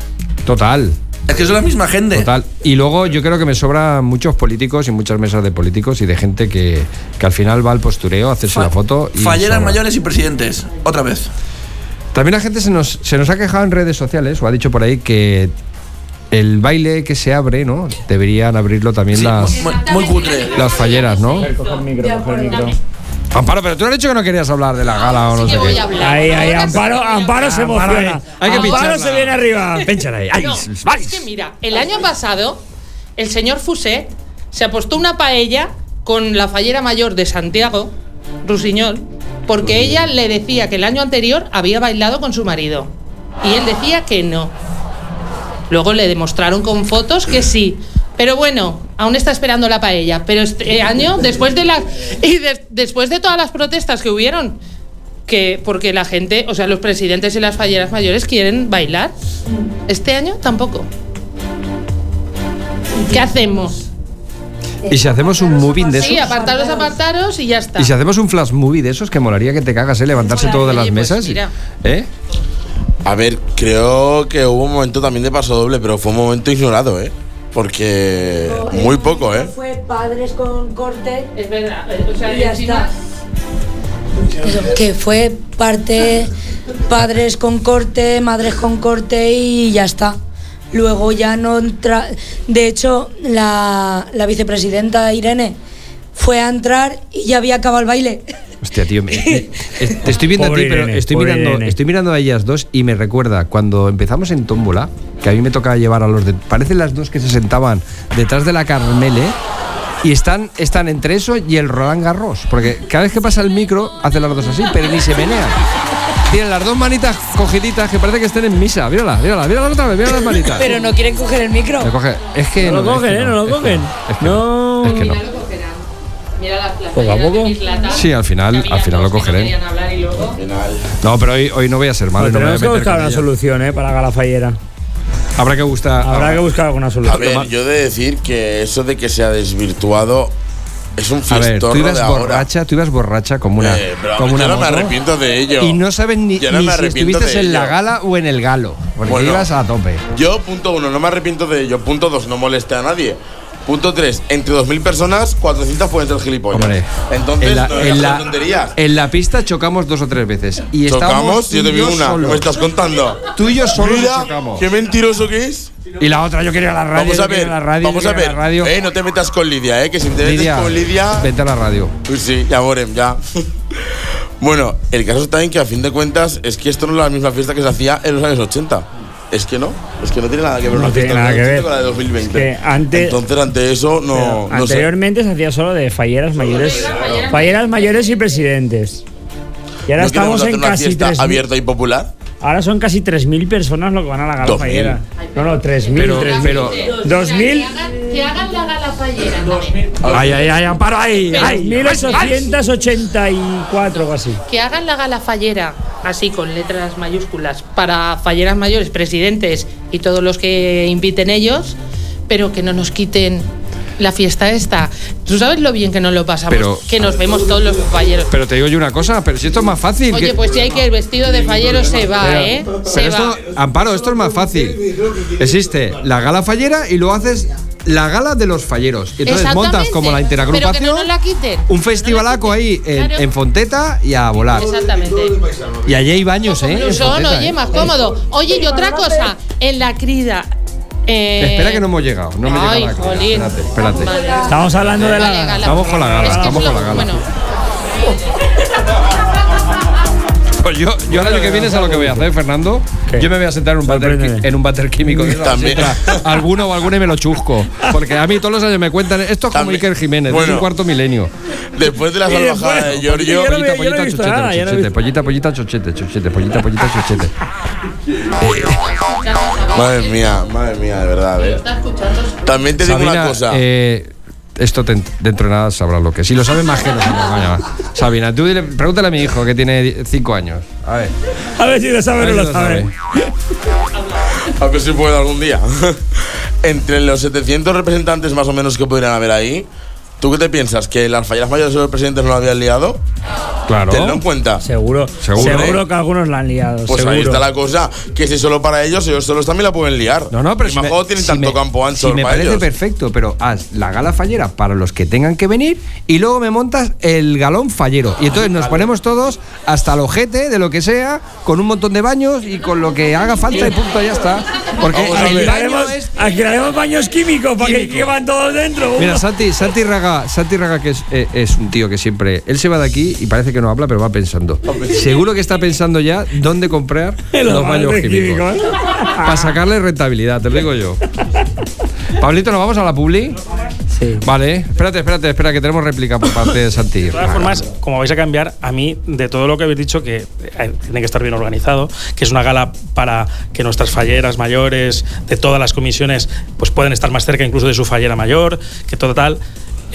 Total. Es que es la misma gente. Total. Y luego yo creo que me sobran muchos políticos y muchas mesas de políticos y de gente que, que al final va al postureo, a hacerse la foto. Y Falleras sobra. mayores y presidentes. Otra vez. También la gente se nos, se nos ha quejado en redes sociales o ha dicho por ahí que el baile que se abre, ¿no? Deberían abrirlo también las, Muy cutre. las falleras, ¿no? Amparo, pero tú no has dicho que no querías hablar de la gala o no sé qué. Ahí, ahí, Amparo, Amparo se Amparo, emociona. eh. Hay que pincharla. Amparo se viene arriba. Pénchala ahí. Ay, No, es que mira, el año pasado el señor Fuset se apostó una paella con la fallera mayor de Santiago, Rusiñol, porque ella le decía que el año anterior había bailado con su marido. Y él decía que no. Luego le demostraron con fotos que sí. Pero bueno, aún está esperando la paella. Pero este año, después de las. Y de- después de todas las protestas que hubieron, que porque la gente, o sea, los presidentes y las falleras mayores quieren bailar. Este año tampoco. ¿Qué hacemos? Y si hacemos un moving de esos. Sí, apartaros, apartaros y ya está. Y si hacemos un flash movie de esos, que molaría que te cagas, ¿eh? Levantarse todo de las Oye, pues mesas. y- mira. ¿Eh? A ver, creo que hubo un momento también de paso doble, pero fue un momento ignorado, ¿eh? Porque muy poco, ¿eh? Fue padres con corte. Es verdad. O sea, y ya encima- está. Eso, que fue parte padres con corte, madres con corte y ya está. Luego ya no entra. De hecho, la, la vicepresidenta Irene fue a entrar y ya había acabado el baile. Hostia, tío. me- me- es- te estoy viendo a ti, Pobre pero Irene, estoy pobre mirando, Irene. estoy mirando a ellas dos y me recuerda cuando empezamos en Tómbola, que a mí me tocaba llevar a los de. Parecen las dos que se sentaban detrás de la Carmele. Y están, están entre eso y el Roland Garros. Porque cada vez que pasa el micro, hacen las dos así, pero ni se menean. Tienen las dos manitas cogiditas que parece que estén en misa. Mírala, mírala, mírala otra vez, mira las manitas. Pero no quieren coger el micro. Me coge- Es que No lo es que cogen, ¿eh? No lo es que cogen. Es que no. Es que no. Mira las Poco a poco. Sí, al final, al final lo cogeré. hablar y luego. No, pero hoy, hoy no voy a ser malo. Pero y no me voy Pues a tenemos que meter buscar con una ella. solución, ¿eh? Para la gala fallera. Habrá que gustar. Habrá que buscar alguna A solución. ver, yo he de decir que eso de que se ha desvirtuado es un A ver, tú fiestorro ibas de ahora. borracha, tú ibas borracha como una. Eh, pero como yo una no me moto, arrepiento de ello. Y no sabes ni, Yo no ni me si arrepiento estuviste de en la ello. gala o en el galo. Porque Bueno. ibas a tope. Yo, punto uno, no me arrepiento de ello. Punto dos, no molesté a nadie. Punto tres, entre 2.000 personas, 400 pueden ser gilipollas. Hombre, Entonces, en la, no en, en la, tonterías. en la pista chocamos dos o tres veces. Y Chocamos, estábamos yo te tú vi y una. solos. ¿Me estás contando? Tú y yo solos Mira, chocamos. qué mentiroso que es. Y la otra, yo quería la radio. Vamos a yo quería ver, la radio, vamos yo a quería ver. la radio. Eh, no te metas con Lidia, eh, que si te metes Lidia, con Lidia. Vente a la radio. Uy, sí, ya Borem, ya. bueno, el caso está en que a fin de cuentas es que esto no es la misma fiesta que se hacía en los años 80. Es que no, es que no tiene nada que ver No una tiene fiesta nada de los que 80 ver. con la de 2020. Es que antes- Entonces, ante eso, no, no sé. Anteriormente se hacía solo de falleras mayores. Falleras mayores y presidentes. Y ahora ¿No queremos estamos hacer en una casi fiesta 3.000. abierta y popular? Ahora son casi 3.000 personas lo que van a la gala 2.000. fallera. No, no, 3.000. Pero- 3.000. pero- 2.000. Que hagan la gala fallera. Ay, ay, ay, amparo, ay. Ay, ay. 1884 o así. Que hagan la gala fallera, así con letras mayúsculas, para falleras mayores, presidentes y todos los que inviten ellos, pero que no nos quiten la fiesta esta. Tú sabes lo bien que nos lo pasamos, Pero- que nos vemos todos los falleros. Pero te digo yo una cosa, pero si esto es más fácil. Oye, que- pues si hay que el vestido de fallero se va, Pero- ¿eh? pero Se esto, va. Amparo, esto es más fácil. Existe la gala fallera y luego haces la gala de los falleros. Y entonces montas Exactamente, como Pero la que no interagrupación, nos la quiten. un festivalaco ahí en, claro. en Fonteta y a volar. Exactamente. Y allí hay baños, ¿eh? en Incluso, Fonteta, oye, ¿eh? más cómodo. Oye, y otra cosa, en la crida. eh, Espera que no hemos llegado. No me Ay, llega la gala. jolín. Espérate, espérate. Estamos hablando de la Vale, gala. Estamos con la gala, Es que estamos es con lo- la gala. Bueno, Pues yo, yo el año que viene es a lo que voy a hacer, Fernando. Yo me voy a sentar en un váter, qui- en un váter químico. de la También. Sierra. Alguno o alguna y me lo chusco. Porque a mí todos los años me cuentan. Esto es como También. Iker Jiménez, es Bueno. un cuarto milenio. Después de la salvajada de Giorgio. Pollita, pollita, chochete, chochete, pollita, pollita, chochete, chochete, pollita, pollita, chochete. Madre mía, madre mía, de verdad, eh. También te digo Sabina, una cosa. eh, esto te- dentro de nada sabrá lo que es. Si lo sabes más que nosotros, vaya, va. Sabina, tú dile- pregúntale a mi hijo que tiene 5 años. A ver. A ver si lo sabe o no A ver lo si sabe. A ver si puedo algún día. Entre los 700 representantes más o menos que pudieran haber ahí, ¿tú qué te piensas? ¿Que las fallas mayores de los presidentes no lo habían liado? Claro. Tenlo en cuenta. Seguro. Seguro. Eh. Seguro que algunos la han liado. Pues ahí seguro. está la cosa, que si solo para ellos, ellos solos también la pueden liar. No, no, pero Y si me- Majo tiene si tanto me- campo ancho si me para parece ellos. perfecto, pero haz la gala fallera para los que tengan que venir y luego me montas el galón fallero. Y entonces nos ponemos todos hasta el ojete de lo que sea, con un montón de baños y con lo que haga falta y punto, ya está. Porque Vamos a el ver. baño Haremos- es. haremos baños químicos para que quepan todos dentro. Mira, Santi, Santi Raga, Santi Raga que es, eh, es un tío que siempre. Él se va de aquí y parece que no habla, pero va pensando. Seguro que está pensando ya dónde comprar los baños químicos. ¿eh? Para sacarle rentabilidad, te lo digo yo. Pablito, ¿nos vamos a la publi? Sí. Vale, espérate, espérate, espera, que tenemos réplica por parte de Santi. De todas formas, como vais a cambiar, a mí, de todo lo que habéis dicho, que eh, tiene que estar bien organizado, que es una gala para que nuestras falleras mayores, de todas las comisiones, pues pueden estar más cerca incluso de su fallera mayor, que todo tal.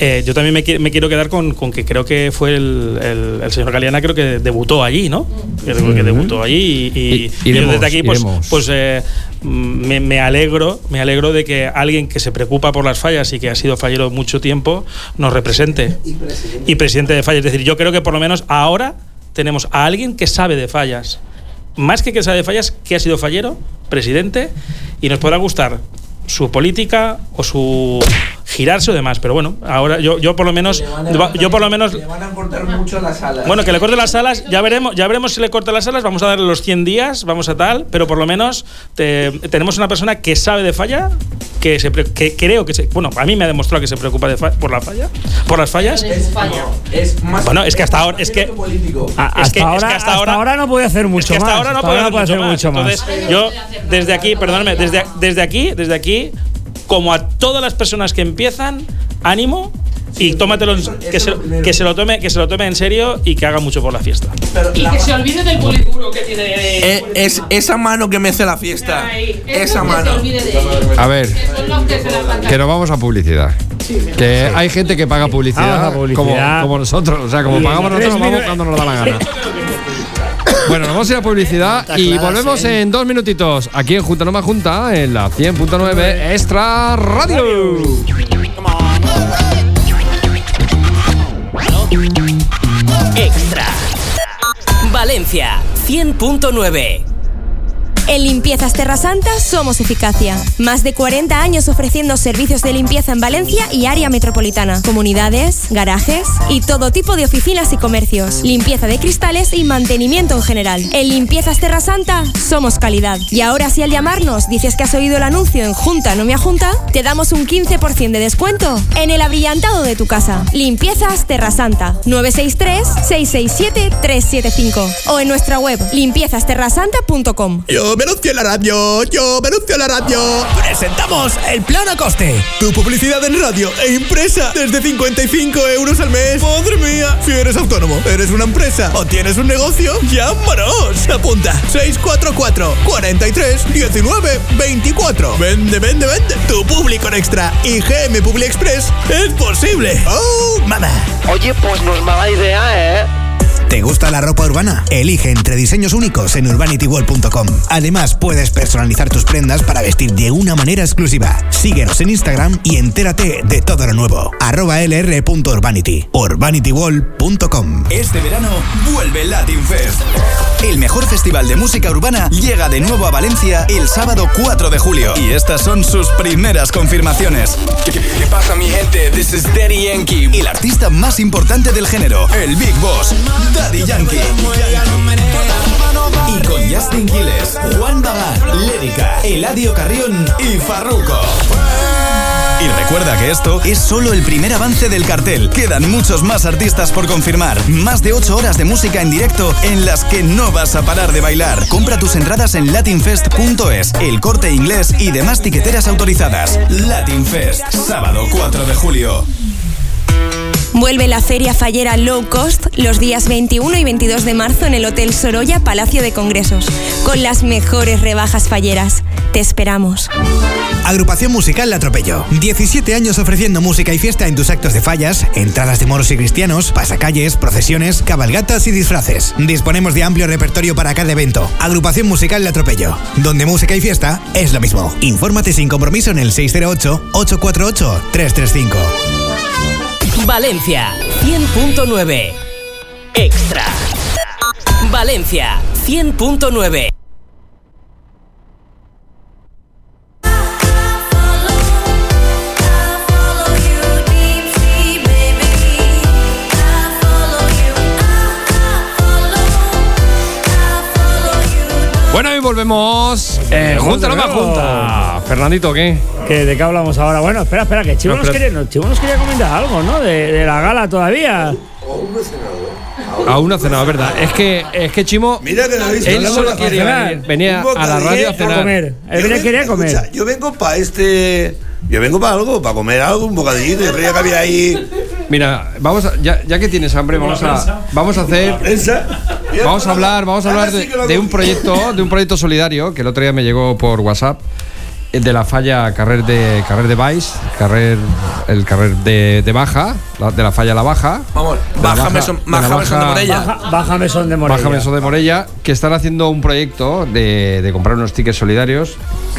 Eh, yo también me, qui- me quiero quedar con, con que creo que fue el, el- el señor Galeana, creo que debutó allí, ¿no? Creo que debutó allí y, y- y yo iremos, desde aquí, pues, iremos. pues eh, mm, me, me alegro, me alegro de que alguien que se preocupa por las fallas y que ha sido fallero mucho tiempo nos represente y presidente de fallas. Es decir, yo creo que por lo menos ahora tenemos a alguien que sabe de fallas. Más que que sabe de fallas, que ha sido fallero, presidente, y nos podrá gustar su política o su girarse o demás. Pero bueno, ahora yo, yo por lo menos. Yo por lo menos. Van a aportar mucho a las alas. Bueno, que le corte las alas, ya veremos, ya veremos si le corta las alas, vamos a darle los 100 días, vamos a tal, pero por lo menos te- tenemos una persona que sabe de falla, que, se pre- que creo que se, bueno, a mí me ha demostrado que se preocupa de fa- por la falla, por las fallas. Es más. Bueno, es que hasta ahora es que Ah, A- es hasta, que- es ahora, que hasta ahora no podía hacer mucho es que hasta más. ahora no hasta puede ahora hacer mucho, más. más. Entonces, yo desde aquí, perdóname, desde, desde aquí, desde aquí, como a todas las personas que empiezan, ánimo y tómatelo, que, se, que se lo tome, que se lo tome en serio y que haga mucho por la fiesta. Y que se olvide del polituro que tiene. Eh, es esa mano que mece la fiesta. Ahí. Esa Que se mano. olvide de ellos. A ver, Que son los que se la mandan. que nos vamos a publicidad. Que hay gente que paga publicidad, Vamos a publicidad. Como, como nosotros. O sea, como Y en pagamos tres nosotros, nos vamos minu- cuando nos lo da la gana. Bueno, nos vamos a ir a publicidad Está y claras, volvemos ¿eh? en dos minutitos aquí en Junta No Más Junta, en la 100.9 Extra Radio. Extra. Valencia 100.9. En Limpiezas Terrasanta somos eficacia. Más de 40 años ofreciendo servicios de limpieza en Valencia y área metropolitana. Comunidades, garajes y todo tipo de oficinas y comercios. Limpieza de cristales y mantenimiento en general. En Limpiezas Terrasanta somos calidad. Y ahora si al llamarnos dices que has oído el anuncio en Junta No Me Ajunta, te damos un 15% de descuento en el abrillantado de tu casa. Limpiezas Terrasanta 963-667-375 o en nuestra web limpiezasterrasanta.com. Yo me anuncio en la radio, yo me anuncio en la radio. Presentamos el plano coste. Tu publicidad en radio e impresa desde 55 euros al mes. Madre mía, si eres autónomo, eres una empresa o tienes un negocio, llámanos. Apunta 644 43 19 24. Vende, vende, vende. Tu público en extra y GM Publi Express es posible. Oh, mamá. Oye, pues no es mala idea, ¿eh? ¿Te gusta la ropa urbana? Elige entre diseños únicos en urbanityworld.com. Además, puedes personalizar tus prendas para vestir de una manera exclusiva. Síguenos en Instagram y entérate de todo lo nuevo. Arroba lr.urbanity. urbanityworld.com. Este verano vuelve Latin Fest. El mejor festival de música urbana llega de nuevo a Valencia el sábado 4 de julio. Y estas son sus primeras confirmaciones. ¿Qué, qué pasa, mi gente? This is Daddy Yankee. Y el artista más importante del género, el Big Boss, Daddy Yankee. Y con Justin Quiles, Juan Bagán, Lérica, Eladio Carrión y Farruko. Y recuerda que esto es solo el primer avance del cartel. Quedan muchos más artistas por confirmar. Más de 8 horas de música en directo en las que no vas a parar de bailar. Compra tus entradas en latinfest.es, el corte inglés y demás tiqueteras autorizadas. Latin Fest, sábado 4 de julio. Vuelve la Feria Fallera Low Cost los días 21 y 22 de marzo en el Hotel Sorolla Palacio de Congresos, con las mejores rebajas falleras. Te esperamos. Agrupación Musical La Atropello. 17 años ofreciendo música y fiesta en tus actos de fallas, entradas de moros y cristianos, pasacalles, procesiones, cabalgatas y disfraces. Disponemos de amplio repertorio para cada evento. Agrupación Musical La Atropello, donde música y fiesta es lo mismo. Infórmate sin compromiso en el 608-848-335. Valencia 100.9 Extra. Valencia 100.9 Bueno, y volvemos. Eh, junta, no más junta. Fernandito, ¿qué? ¿Qué, ¿De qué hablamos ahora? Bueno, espera, espera, que Chivo, No, nos, espera. quería, no, Chivo nos quería comentar algo, ¿no? De, de la gala todavía. Aún no ha cenado, es ¿verdad? Es que, es que Chimo. Mira que no habéis Él hablado solo de quería cenar. venir- venía Un a la radio bocadillo a cenar. Yo vengo- escucha, yo vengo para este. Yo vengo para algo, para comer algo, un bocadillito. Yo creía que había ahí. Mira, vamos a- ya, ya que tienes hambre, Como la vamos a, prensa. vamos a hacer. Vamos a hablar, vamos a Ahora hablar de, sí que lo de un cogí. proyecto, de un proyecto solidario que el otro día me llegó por WhatsApp el de la falla carrer de carrer de Vice, carrer el carrer de, de baja, la- de la falla a la baja. Vamos, De la bájame son, de la bájame son de baja- Morella. Baja, baja mesón de Morella. Baja Meso de Morella, que están haciendo un proyecto de, de comprar unos tickets solidarios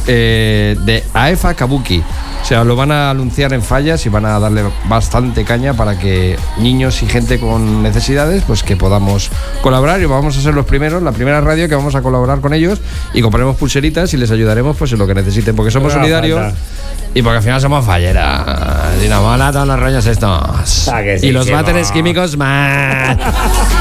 eh, de AEFA Kabuki. O sea, lo van a anunciar en fallas y van a darle bastante caña para que niños y gente con necesidades, pues que podamos colaborar y vamos a ser los primeros, la primera radio que vamos a colaborar con ellos y compraremos pulseritas y les ayudaremos pues en lo que necesiten, porque somos Pero haga solidarios falta. y porque al final somos falleras. Y nos mola todos los rollos estos. Ah, que sí, Y los Chimo. váteres químicos más.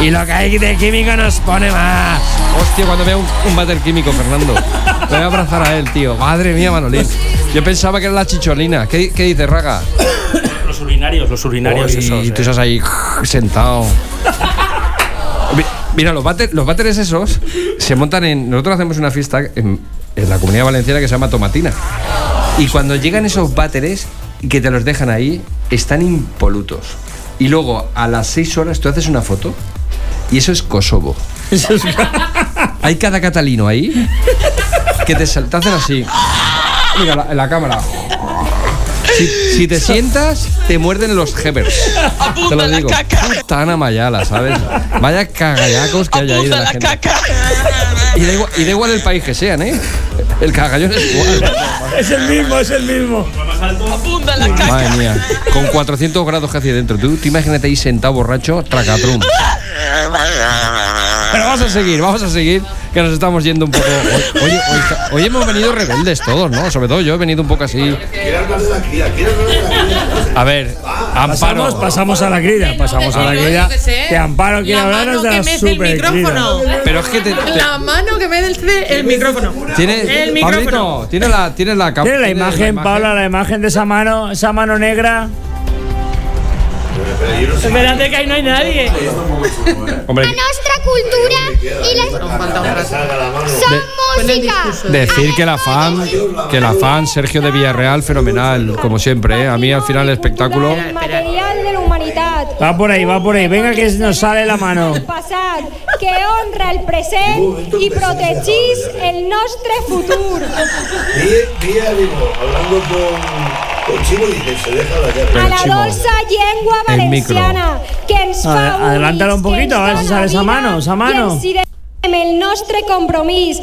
Y lo que hay de químico nos pone más. Hostia, cuando veo un, un váter químico, Fernando. Me voy a abrazar a él, tío. Madre mía, Manolín. Yo pensaba que era la chicholina. ¿Qué, qué dices, Raga? Los urinarios, los urinarios Uy, esos. Y eh. tú estás ahí sentado. Mi- Mira, los, váter- los váteres esos se montan en. Nosotros hacemos una fiesta en, en la comunidad valenciana que se llama Tomatina. Y cuando llegan esos váteres y que te los dejan ahí, están impolutos. Y luego, a las 6 horas, tú haces una foto y eso es Kosovo. Hay cada catalino ahí que te, sal- te hacen así. Mira, la, la cámara. Si, si te sientas, te muerden los hebers. Te lo digo. Puta Ana Mayala, ¿sabes? Vaya cagallacos que hay ahí de la gente. Y da, igual, y da igual el país que sean, ¿eh? El cagallón es igual. Es el mismo, es el mismo. Apunta la Madre mía. Con 400 grados casi dentro. Tú te imagínate ahí sentado borracho, tracatrum. Pero vamos a seguir, vamos a seguir, que nos estamos yendo un poco. Hoy, hoy- hoy está- hoy hemos venido rebeldes todos, ¿no? Sobre todo yo he venido un poco así. A ver, Pasamos, Amparo. pasamos a la grilla, pasamos a la grilla. Que Amparo quiere eh, La hablarnos mano de que la mece el super micrófono. Pero es que te. te- La mano que me del el micrófono. tiene, el micrófono. Pablito, tiene la, tiene la capa- Tiene la imagen, Paula, la imagen de esa mano, esa mano negra. Espérate que ahí no hay nadie. Hombre, nuestra cultura y la música. Decir que la fan, que la fan Sergio de Villarreal, fenomenal, como siempre. ¿eh? A mí al final el espectáculo. Material de la humanitat, Va por ahí, va por ahí. Venga que nos sale la mano. passat, que honra el present i protegís el nostre futur. Vi, vi a Vigo hablando con, con Chivo y que se deja la llave. A la dolça llengua el micro. valenciana, que ens fa Ade- units, adelántalo un que poquito, ens a ver si dona sale esa vida mano, esa i mano. ens direm el nostre compromís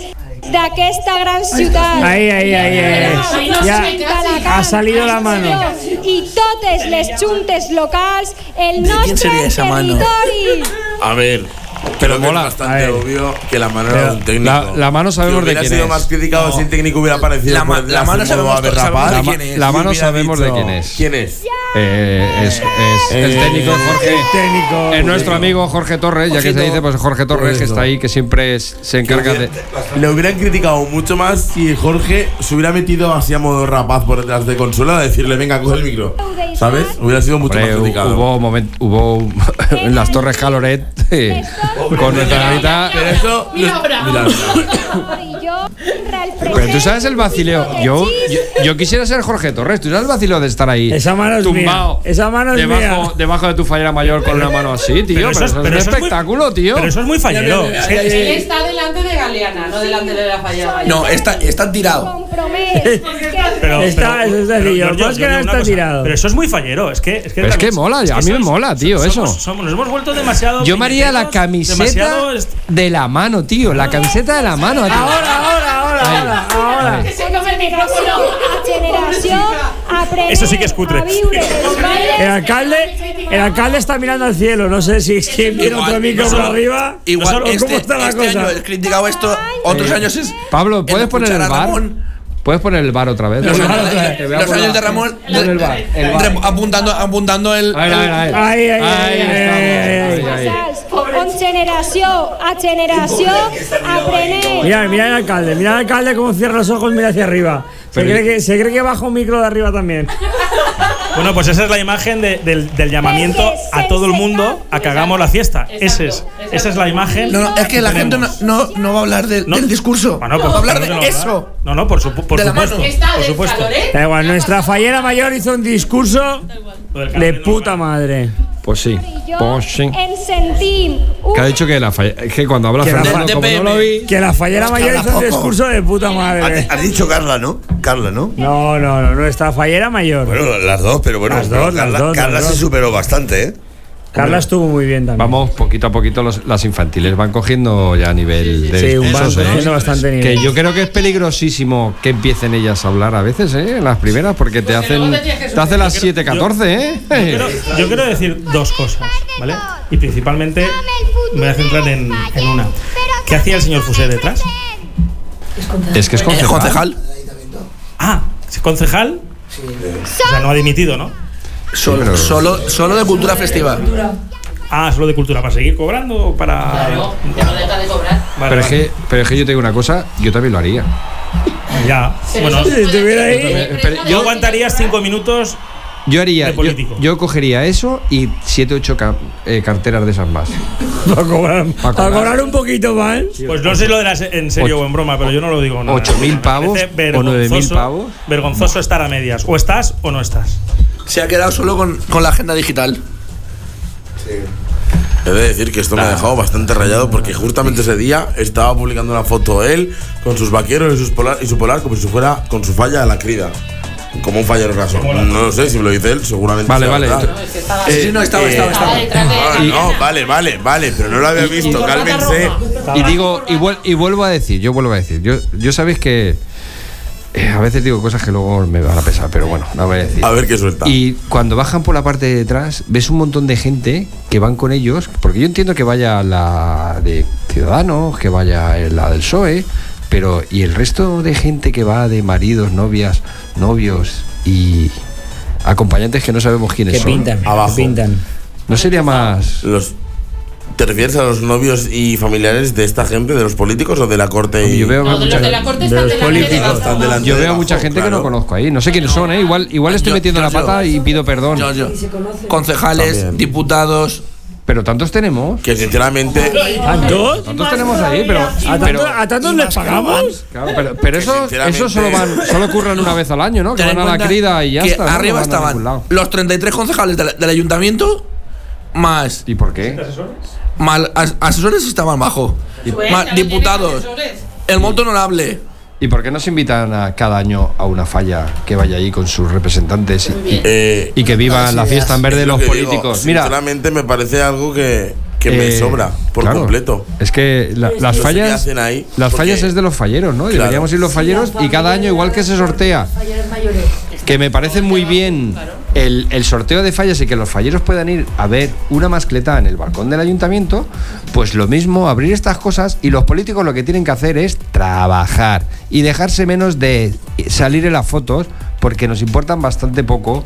d'aquesta gran ciutat. Ahí, ahí, ahí, ahí. Ya ha salido la mano. I totes les juntes locals, quién el nostre sería esa mano? territori. A ver. Pero mola. Es bastante obvio que la mano era de un técnico. La, la mano sabemos Si de hubiera quién sido es. más criticado si el técnico hubiera aparecido. La ma- por la mano hacer modo sabemos to- aberrapado. sabemos de quién es. La mano Hubiera sabemos de dicho, quién es. ¿Quién es? Eh, es, es el Eh, técnico Jorge. el técnico. Es nuestro amigo Jorge Torres, ya que se Jorgito. dice, pues Jorge Torres que Correcto. está ahí, que siempre es- se encarga de. Le hubieran criticado mucho más si Jorge se hubiera metido así a modo rapaz por detrás de Consuela a decirle, venga, coge el micro. ¿Sabes? Hubiera sido mucho Hombre, más hu- criticado. hubo momen- hubo un- en las Torres Caloret con nuestra Pero amita. eso. Mira, Mira, Amor y yo Pero tú sabes el vacileo. Yo, yo, yo quisiera ser Jorge Torres. Tú sabes el vacileo de estar ahí. Esa mano es tumbado. mía. Esa mano es debajo, mía. debajo de tu fallera mayor con una mano así, tío. Pero, eso eso es- es, pero un eso es muy- espectáculo, tío. pero eso es muy fallero. Él está delante de Galeana, no delante de la fallera. No, está, está tirado. Pero, Está- pero- eso es sencillo, Giorgio, más que yo digo nada una está cosa, tirado. Pero eso es muy fallero. Es que, es que, Pero es que también- mola, a mí me mola, tío, somos- eso. somos- nos hemos vuelto demasiado. Yo me haría la piñeteros, camiseta demasiado est- de la mano, tío. La camiseta de la mano, tío. ahora, Ahí. ahora. Que se come el micrófono. A generación aprender Eso sí que es cutre. a viure dels bailes. El alcalde, el alcalde está mirando al cielo. No sé si es que mira otro micro por arriba. Igual, o este, ¿Cómo está la este cosa? año he criticado esto, otros Eh, años es. Pablo, ¿puedes el poner el cuchara bar? Ramón. ¿Puedes poner el bar otra vez? Los Por favor. años de- Que vea los por la- años de Ramón. Pon el bar, el bar. Rem- Apuntando, apuntando el. A ver, a ver, a Ay, ver. ay, Ahí estamos, ahí, ahí. Saps? On generació a generació aprenent. Mira, mira el alcalde, mira el alcalde cómo cierra los ojos, mira hacia arriba. Se Pero- cree que, se cree que baja un micro de arriba también. Bueno, pues esa es la imagen de- del, del llamamiento a todo el mundo a que hagamos la fiesta. Ese es, esa es la imagen. No, no, es que la gente no, no, no va a hablar de- del discurso. Bueno, pues va a hablar claro que no de va a hablar. eso. No, no, por, supu- por De la supuesto. mano. Está Por del supuesto. caloré. Da igual, nuestra fallera mayor hizo un discurso de puta madre. Pues sí, pues sí. Ens sentim Que ha un dicho que la falla. Es que cuando habla Que la, Fernando, fa- como no lo vi. que la fallera Es que mayor habla hizo un poco. discurso de puta madre. Ha- Has dicho Carla, ¿no? Carla, ¿no? No, no, no, nuestra fallera mayor. Bueno, las dos, pero bueno, Las pero dos, las Carla, dos, Carla las se dos. superó bastante, ¿eh? Carla estuvo muy bien también. Vamos, poquito a poquito los- las infantiles van cogiendo ya nivel de Sí, un van discursos, ¿eh? cogiendo bastante nivel. Que yo creo que es peligrosísimo que empiecen ellas a hablar a veces, ¿eh? Las primeras, porque te hacen, luego te tienes que te hacen las Yo quiero- 7.14, ¿eh? Yo quiero, yo quiero decir dos cosas, ¿vale? Y principalmente me voy a centrar en, en una. ¿Qué hacía el señor Fusé detrás? Es que es Eh, concejal. Ah, ¿es concejal? O sea, no ha dimitido, ¿no? Solo, solo, solo de cultura festiva. Ah, solo de cultura, para seguir cobrando o para. Ya no deja de cobrar. pero, es que, pero es que yo te digo una cosa, yo también lo haría. Ya. Bueno, Si estuviera ahí- yo, también- yo aguantaría cinco minutos. Yo haría, yo, político. yo cogería eso y 7 8 eh, carteras de esas más. Para cobrar, para cobrar un poquito más. Pues no sé si lo de en serio o en broma, pero yo no lo digo. No, 8.000 pavos Me parece o 9.000 vergonzoso- pavos. Vergonzoso estar a medias. O estás o no estás. Se ha quedado solo con, con la agenda digital. He de decir que esto me ha dejado bastante rayado porque justamente ese día estaba publicando una foto él con sus vaqueros y, sus polar, y su polar como si fuera con su falla de la crida. Como un fallero raso. No lo sé, si lo dice él, seguramente. Vale, sea vale. verdad. Ah, Sí, sí, no, estaba, Eh, estaba, estaba. Ah, no, vale, vale, vale, pero no lo había visto, cálmense. Y digo, y, vuel- y vuelvo a decir, yo vuelvo a decir, yo, yo sabéis que eh, a veces digo cosas que luego me van a pesar, pero bueno, no voy a decir. A ver qué suelta. Y cuando bajan por la parte de atrás, ves un montón de gente que van con ellos, porque yo entiendo que vaya la de Ciudadanos, que vaya la del PSOE, E, pero y el resto de gente que va de maridos, novias, novios y acompañantes que no sabemos quiénes Que son. pintan, que abajo. pintan. No sería más Los, ¿Te refieres a los novios y familiares de esta gente, de los políticos o de la corte? y- Yo veo No, de los de la corte están delante de los Están delante Yo de veo a abajo, mucha gente que claro. no conozco ahí. No sé quiénes son, ¿eh? Igual, igual estoy Yo- metiendo yo- la pata y pido perdón. Giorgio. conocen. Concejales, También. diputados. Pero tantos tenemos. Que sinceramente. ¿Tantos? Tantos tenemos ahí, pero. ¿A, pero- tanto- a tantos les pagamos? claro, pero, pero eso, sinceramente- eso solo, van, solo ocurren una vez al año, ¿no? Que Ten van en a la cuenta crida y ya que está. ¿no? No Arriba van a ningún estaban lado. los 33 concejales del, del ayuntamiento más. ¿Y por qué? Mal, as- asesores estaban bajo. Más diputados. El monto honorable. ¿Y por qué nos invitan a cada año a una falla que vaya ahí con sus representantes y, y- Eh, y que viva la fiesta en vez de Es lo los que digo, políticos? Mira, Sinceramente me parece algo que, que me eh, sobra por claro. completo. es que la- No las sé qué fallas. hacen ahí, Las porque- fallas es de los falleros, ¿no? Claro. Deberíamos ir los falleros y cada año, igual que se sortea que me parece muy bien el, el sorteo de fallas y que los falleros puedan ir a ver una mascleta en el balcón del ayuntamiento, pues lo mismo, abrir estas cosas y los políticos lo que tienen que hacer es trabajar y dejarse menos de salir en las fotos porque nos importan bastante poco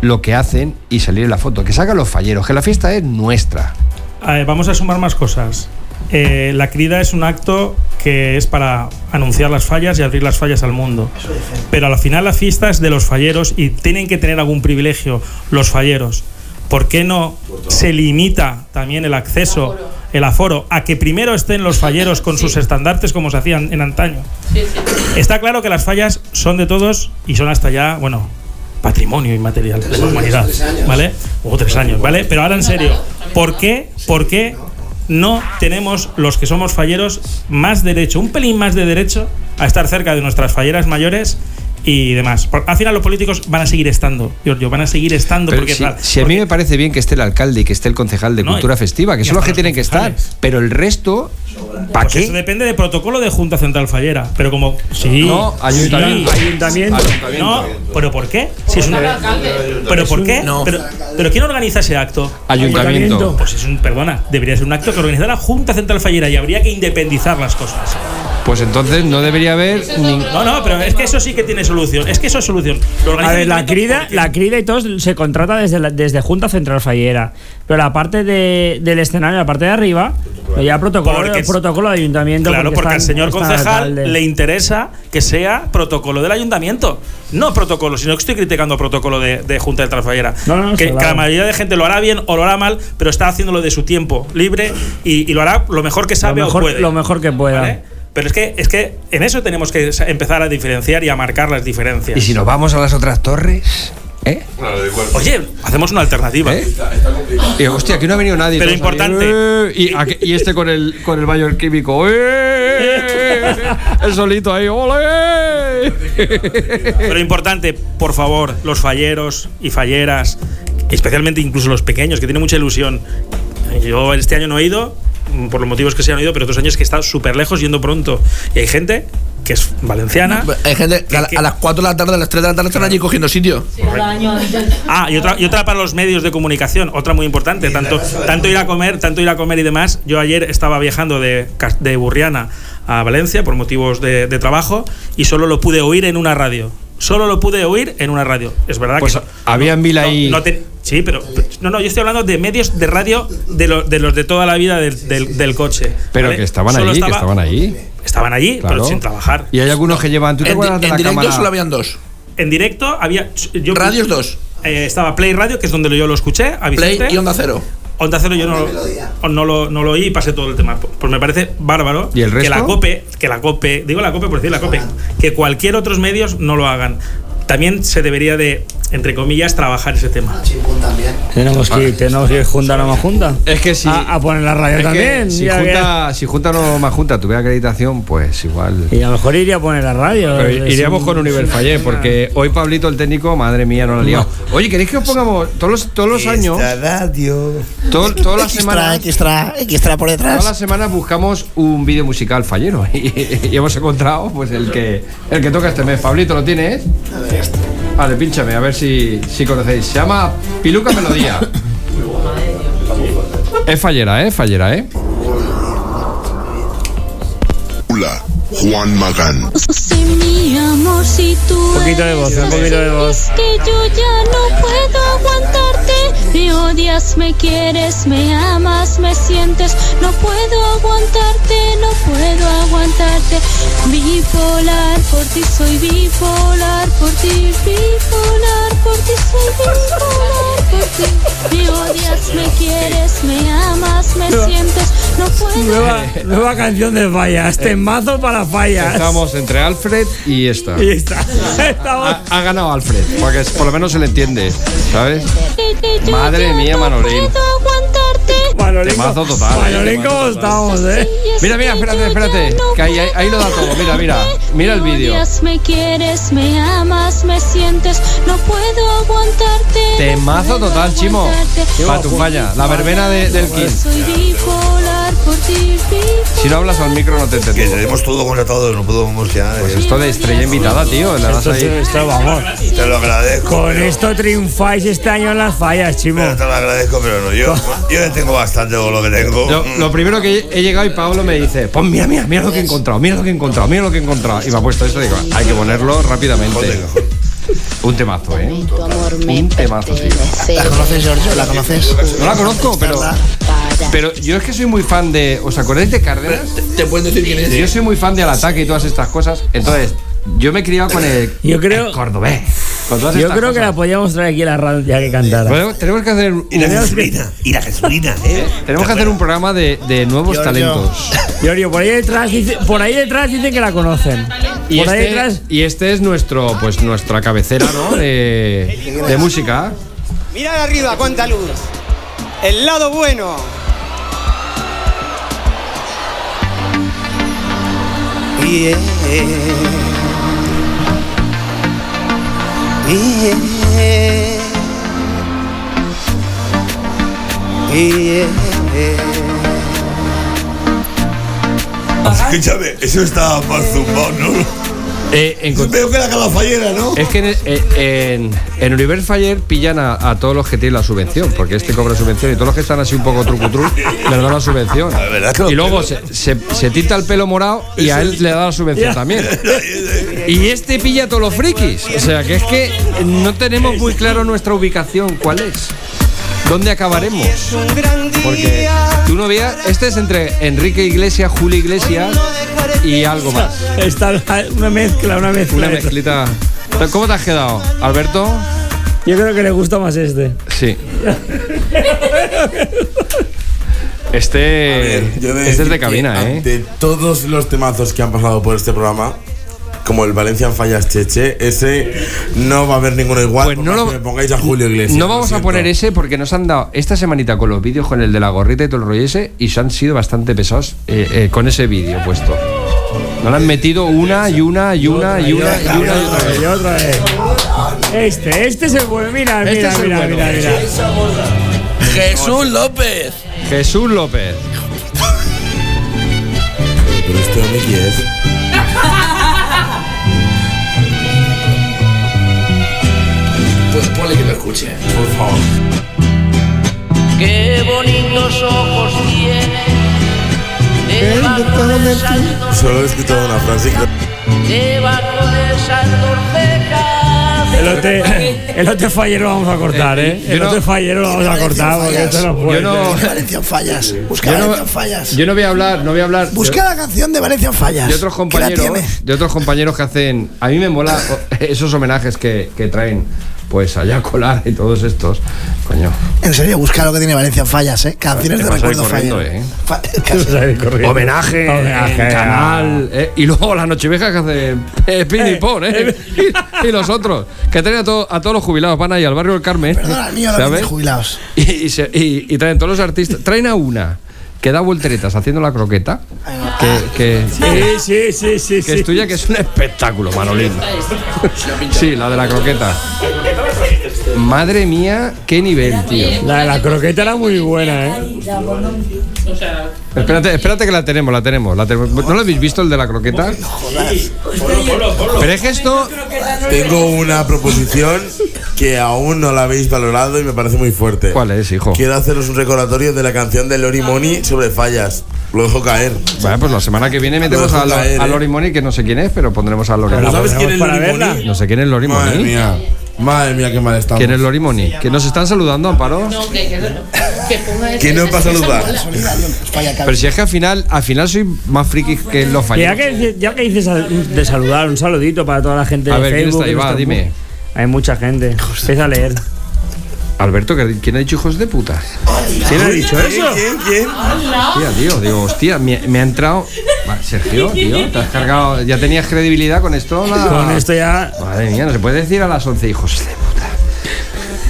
lo que hacen y salir en la foto. Que salgan los falleros, que la fiesta es nuestra. A ver, vamos a sumar más cosas. Eh, la crida es un acto que es para anunciar las fallas y abrir las fallas al mundo. Pero al final la fiesta es de los falleros y tienen que tener algún privilegio los falleros. ¿Por qué no se limita también el acceso, el aforo, a que primero estén los falleros con sus estandartes como se hacían en antaño. Está claro que las fallas son de todos y son hasta ya, bueno, patrimonio inmaterial de la humanidad, ¿vale? O tres años, ¿vale? Pero ahora en serio, ¿por qué, por qué no tenemos los que somos falleros más derecho, un pelín más de derecho a estar cerca de nuestras falleras mayores? Y demás. Por- al final los políticos van a seguir estando, Giorgio, van a seguir estando Pero porque si, tal. si a mí me parece bien que esté el alcalde y que esté el concejal de No, cultura y- festiva, que y son los hasta que los tienen que estar, concejales. pero el resto, ¿para Pues qué? Eso depende del protocolo de Junta Central Fallera. Pero como. Sí. No, ayuntamiento. sí. Ayuntamiento. No, pero ¿por qué? Si es un. Votar alcalde. ¿Pero Es por un- qué? no. Pero, pero ¿quién organiza ese acto? Ayuntamiento. Pues es un. Perdona, debería ser un acto que organiza la Junta Central Fallera y habría que independizar las cosas. Pues entonces no debería haber nin- No, no, pero es que eso sí que tiene solución. Es que eso es solución. Lo organiza A ver, el la ayuntamiento crida, porque- la crida y todo se contrata desde, la- desde Junta Central Fallera. Pero la parte de- del escenario, la parte de arriba, pues ya protocolo, Porque es- protocolo de ayuntamiento. Claro, porque, al están- señor están concejal alcalde. le interesa que sea protocolo del ayuntamiento. No protocolo, sino que estoy criticando protocolo de, de Junta de Transfallera. que, claro. que la mayoría de gente lo hará bien o lo hará mal, pero está haciéndolo de su tiempo libre y, y lo hará lo mejor que lo sabe mejor, o puede. lo mejor que pueda. ¿vale? Pero es que, es que en eso tenemos que sa- empezar a diferenciar y a marcar las diferencias. ¿Y si nos vamos a las otras torres? ¿Eh? Oye, hacemos una alternativa. Eh, hostia, aquí no ha venido nadie. Pero todos ahí, importante. "Eh", y, a- y este con el con el baño químico. "Eh", el solito ahí. ¡Ole! Pero importante, por favor, los falleros y falleras, especialmente incluso los pequeños, que tienen mucha ilusión. Yo este año no he ido, mm, por los motivos que se han ido, pero otros años que he estado súper lejos yendo pronto. Y hay gente que es valenciana. Hay gente que a, la- a las 4 de la tarde, a las 3 de la tarde están allí cogiendo sitio. Ah, y otra, y otra para los medios de comunicación, otra muy importante. Tanto, tanto ir a comer, tanto ir a comer y demás. Yo ayer estaba viajando de, Cas- de Burriana a Valencia por motivos de, de trabajo y solo lo pude oír en una radio. Solo lo pude oír en una radio. Es verdad Pues que no- había mil ahí. no te- sí, pero no, no, yo estoy hablando de medios de radio de, lo- de los de toda la vida del, del- del coche. pero ¿vale? que estaban Solo allí, que estaba- estaban allí. Estaban allí, Claro. pero sin trabajar. Y hay algunos que llevan. ¿Tú te En di- acuerdas de en la directo cámara? solo Habían dos. En directo había. Yo, Radios dos. Eh, estaba Play Radio, que es donde yo lo escuché. a Play Vicente. y Onda Cero. Onda Cero yo no, lo- no, lo, no lo oí y pasé todo el tema. Pues me parece bárbaro ¿Y el que la resto? COPE, que la COPE, digo la COPE por decir la COPE, que cualquier otros medios no lo hagan. También se debería de, entre comillas, trabajar ese tema. Tenemos que ir, tenemos que ir junta, no más junta. Es que si. A, a poner la radio es que también. si, ya que- junta, si junta o no más junta tuviera acreditación, pues igual. Y a lo mejor iría a poner la radio. eh, Pero es iríamos un- con Univer Fallé, porque hoy Pablito, el técnico, madre mía, no lo ha liado. Oye, ¿queréis que os pongamos todos los, todos los años? to- todas las Extra, semanas. extra, extra por Todas las detrás. semanas buscamos un vídeo musical fallero y, y hemos encontrado pues el que el que toca este mes. Pablito, ¿lo tienes? Vale, pínchame, a ver si, si conocéis. Se llama Piluca Melodía. Es fallera, ¿eh? Fallera, ¿eh? Hola, Juan Magán. Si mi amor, si tú Un poquito de voz, un poquito de voz. que yo ya no puedo aguantarte, me odias, me quieres, me amas, me sientes, no puedo aguantarte, no puedo aguantarte. Bipolar por ti soy bipolar por ti, bipolar por ti soy bipolar por ti. Me odias, me quieres, me amas, me sientes, no puedo. Nueva, nueva canción de Falla. Este mazo para Fallas. Eh, Estamos entre Alfred y esta. Y está. Ha, ha ganado Alfred, porque por lo menos se le entiende, ¿sabes? Madre Yo mía, no Manolín. puedo aguantarte. Temazo total. Manolín, ¿cómo estamos, eh? Mira, mira, espérate, espérate. Que ahí, ahí- ahí lo da todo. Mira, mira. Mira el Me vídeo. odias, me quieres, me amas, me sientes. No puedo aguantarte. Temazo total, Chimo. Pa' tu falla. La verbena de- del Soy King. bipolar por ti. Si no hablas al micro, no Que te entendemos. tenemos todo contratado, no podemos ya. eh. Pues esto de estrella invitada, tío. la das Esto, ahí. sí, esto, vamos. Te lo agradezco. Con pero- esto triunfáis este año en las fallas, chimo. Te lo agradezco, pero no. Yo, yo ya tengo bastante con lo que tengo. Lo, lo primero que he llegado y Pablo me dice, pues mira, mira, mira lo que he encontrado, mira lo que he encontrado, mira lo que he encontrado. Y me ha puesto eso y digo, hay que ponerlo rápidamente. Un temazo, ¿eh? Un temazo, tío. ¿La conoces, Giorgio? ¿La conoces? No la conozco, pero. Pero yo es que soy muy fan de. ¿Os acordáis de Cárdenas? Te pueden decir quién es. Yo soy muy fan de Al Ataque y todas estas cosas. Entonces, yo me he criado con el. Yo creo. Cordobés. Con todas Yo estas creo que cosas. la podíamos traer aquí a la radio ya que cantara. Podemos- tenemos que hacer. Y la un- gasolina, y la gasolina, ¿eh? Tenemos que hacer un programa de, de nuevos talentos. Giorgio, por ahí detrás dice- por ahí detrás dicen que la conocen. Y por ahí este, detrás y este es nuestro, pues nuestra cabecera, ¿no? De, de música. Mirad arriba, cuánta luz. El lado bueno. Yeah. Eh, Yeah. Mm. Yeah. Escúchame, eso está mal zumbado, ¿no? Veo que la calafallera, ¿no? Eh, Es que en, eh, en, en Universe Fire pillan a, a todos los que tienen la subvención, porque este cobra subvención y todos los que están así un poco trucutru les dan la subvención. Y luego se, se, se tinta el pelo morado y a él le da la subvención también. Y este pilla a todos los frikis. O sea que es que no tenemos muy claro nuestra ubicación, cuál es. ¿Dónde acabaremos? Porque tú no veas, este es entre Enrique Iglesias, Julio Iglesias y algo más. está una mezcla, una mezcla. Una mezclita. ¿Cómo te has quedado, Alberto? yo creo que le gusta más este. Sí. Este, Eh, Yo he este es decir que de cabina, ¿eh? De todos los temazos que han pasado por este programa, como el Valencian Fallas Cheche, ese no va a haber ninguno igual. Pues no me pongáis a Julio Iglesias. No lo vamos a siento. poner ese porque nos han dado esta semanita con los vídeos, con el de la gorrita y todo el rollo ese, y se han sido bastante pesados eh, eh, con ese vídeo puesto. Nos han metido una y una y una y una y una y otra vez. Y otra vez. Este, este es el bueno. Mira, Este mira, es el mira, bueno. mira, mira. Jesús López. Jesús López. Pero este hombre quién es. Pues ponle que lo escuche, por favor. Qué bonitos ojos tiene. Debajo de esas, Solo he escuchado una frase. debajo de esas torcejas. El OT, el OT fallero lo vamos a cortar, ¿eh? El yo no- OT fallero lo vamos a cortar porque esto no puede. Yo no- ser. Valencian Fallas. Busca Yo no, Valencian Fallas. yo no voy a hablar, no voy a hablar. Busca la canción de Valencian Fallas. de otros que la compañeros tiene. de otros compañeros que hacen a mí me mola o- esos homenajes que, que traen pues allá colar y todos estos coño En serio, busca lo que tiene Valencian Fallas, ¿eh? Canciones te de vas a ir recuerdo corriendo, fallas. eh. Fa- homenaje, Homenaje, en canal eh, y luego la nochevieja que hace eh, Pin y Eh, Pon eh, y, y los otros que traen a, to- a todos los jubilados van ahí al barrio del Carmen Perdona, el mío también de jubilados. y, y se- y- y traen todos los artistas traen a una que da volteretas haciendo la croqueta que, que- que- Sí, sí, sí, sí. que es tuya que es un espectáculo Manolín Sí, la de la croqueta. Madre mía, qué nivel, tío. La de la croqueta era muy buena, ¿eh? Espérate, espérate que la tenemos, la tenemos, la tenemos. ¿No lo habéis visto el de la croqueta? Pero es que esto. Tengo una proposición que aún no la habéis valorado y me parece muy fuerte. ¿Cuál es, hijo? Quiero haceros un recordatorio de la canción de Lori Moni sobre fallas. Lo dejo caer. Vale, pues la semana que viene metemos a, Lo- a Lori Moni, que no sé quién es, pero pondremos a Lori ¿No Moni. ¿eh? sabes quién es Lori Moni? No sé quién es Lori Moni. Madre mía. Madre mía, qué mal estamos. ¿Quién es Lori Moni? Que nos están saludando, Amparo. No, que, que, que ponga ¿Quién esa- nos va a esa saludar? mola. Pero si es que al final, al final soy más friki que los Que ya, fallos. que, dices- ya que dices a- de saludar, un saludito para toda la gente A de ver, ¿quién Facebook. está ahí? que Va, nos dime. están- Hay mucha gente. Empieza a leer. Alberto, que- ¿quién ha dicho hijos de puta? ¿Quién ha dicho eso? ¿Quién? ¿Quién? Hostia, tío, digo, hostia, me, me ha entrado. Va, Sergio, tío, te has cargado. Ya tenías credibilidad con esto. la- Con esto ya. Madre mía, no se puede decir a las 11, hijos de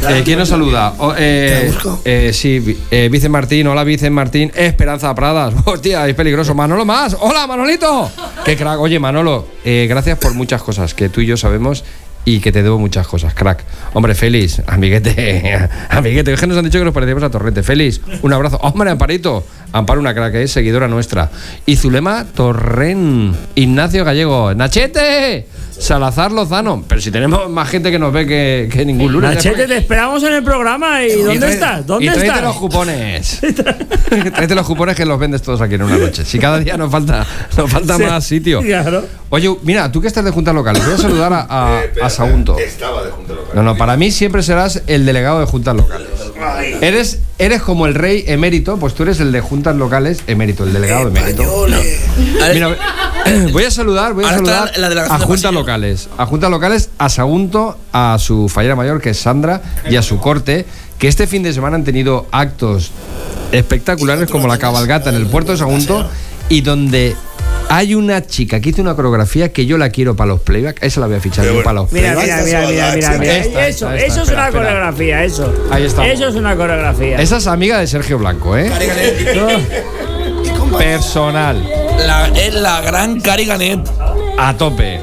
puta. Eh, ¿Quién nos saluda? O- eh, eh, sí, Vi- eh, Vicen Martín, hola Vicen Martín, Esperanza Pradas, hostia, es peligroso. Manolo más, hola Manolito, qué crack. Oye Manolo, eh, gracias por muchas cosas que tú y yo sabemos y que te debo muchas cosas, crack. Hombre, Félix, amiguete, amiguete, es que nos han dicho que nos parecemos a Torrente. Félix, un abrazo. Hombre, Amparito, Amparo, una crack, es seguidora nuestra. Y Zulema Torren, Ignacio Gallego, Nachete, Salazar Lozano. Pero si tenemos más gente que nos ve que, que ningún lunes. Nachete, te esperamos en el programa. ¿Y dónde trae- estás? y ¿Dónde tráete estás? los cupones. tráete Este los cupones que los vendes todos aquí en una noche. Si cada día nos falta, nos falta Sí, más sitio. claro. Oye, mira, tú que estás de Junta Local, voy a saludar a, a, a Sagunto. Estaba de junta local. No, no, para mí siempre serás el delegado de Juntas Locales. Eres, eres como el rey emérito, pues tú eres el de juntas locales emérito, el Eh, delegado emérito. Mira, voy a saludar, voy a Ahora está saludar la- la delegación a de juntas locales, a juntas locales, a Sagunto, a su fallera mayor que es Sandra y a su corte, que este fin de semana han tenido actos espectaculares como la cabalgata en el puerto de Sagunto y donde hay una chica que hizo una coreografía que yo la quiero para los playback, esa la voy a fichar yo para los Mira, playback. mira, mira, mira, mira, mira. Esta, Eso, eso esta, es espera, una espera. coreografía, eso. Ahí está. Eso es una coreografía. Esa es amiga de Sergio Blanco, ¿eh? Personal. La- es la gran Cari Ganet. A tope.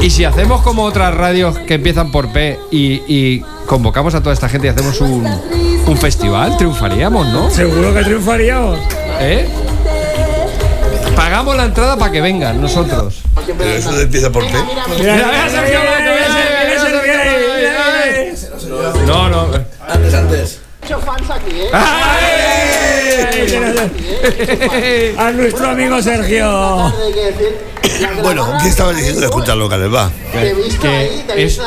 Y si hacemos como otras radios que empiezan por P y, y convocamos a toda esta gente y hacemos un, un festival, triunfaríamos, ¿no? Seguro que triunfaríamos. ¿Eh? Pagamos la entrada para que vengan nosotros. Pero eso empieza por P. Mira, mira, mira, Sergio Blanco, mira, mira, mira, mira, No, no. Ah. Antes, antes. Muchos fans aquí, ¿eh? A nuestro amigo Sergio. Bueno, ¿qué estabas diciendo de juntas locales? Va. Que- que es-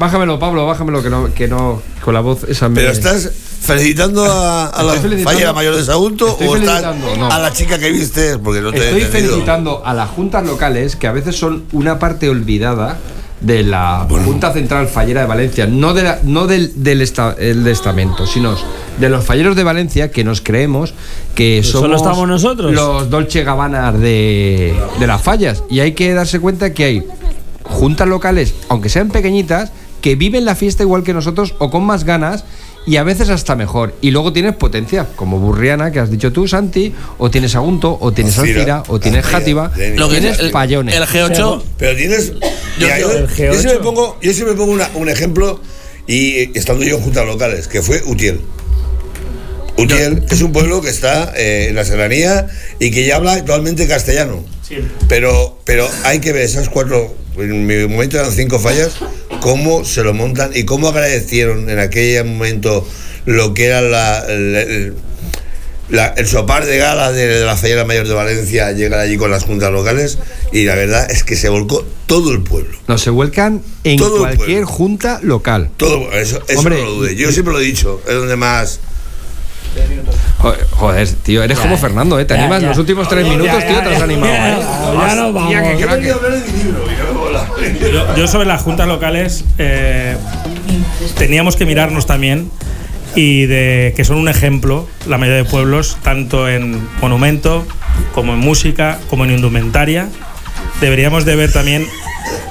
Bájamelo, Pablo, bájamelo, que no, que no, con la voz esa Pero estás felicitando a, a la Estoy felicitando- fallera mayor de Sagunto Estoy o estás felicitando, no. a la chica que viste, porque no te Estoy he entendido. felicitando a las juntas locales, que a veces son una parte olvidada de la Junta Central Fallera de Valencia, no, de la- no del, del esta- el de estamento, sino de los falleros de Valencia que nos creemos que somos solo estamos nosotros. los Dolce Gabbana de, de las fallas. Y hay que darse cuenta que hay juntas locales, aunque sean pequeñitas, que viven la fiesta igual que nosotros o con más ganas y a veces hasta mejor. Y luego tienes potencia, como Burriana, que has dicho tú, Santi, o tienes Agunto, o tienes Alcira, Alcira, o tienes Alcira, Játiva, Denis, lo tienes el- Payones. Pero tienes. Mira, yo, el yo G8. siempre pongo, yo siempre pongo una- un ejemplo y eh, estando yo en juntas locales, que fue Utiel. Utiel es un pueblo que está eh, en la serranía y que ya habla actualmente castellano. Pero, pero hay que ver esas cuatro, en mi momento eran cinco fallas, cómo se lo montan y cómo agradecieron en aquel momento lo que era la, el- el- la- el sopar de gala de la fallera mayor de Valencia, llegar allí con las juntas locales y la verdad es que se volcó todo el pueblo. No, se vuelcan en Todo el cualquier junta local. Todo, eso, eso Hombre, no lo dude. y- Yo siempre lo he dicho, es donde más. Jo- Joder, tío, eres como Fernando, ¿eh? Te Ya, animas ya. los últimos tres Ya, minutos, ya, tío, ya, te has ya, animado, ya, ¿eh? ya nos Hostia, vamos. qué crack. Yo, yo sobre las juntas locales eh, teníamos que mirarnos también y de que son un ejemplo la mayoría de pueblos, tanto en monumento, como en música, como en indumentaria. Deberíamos de ver también,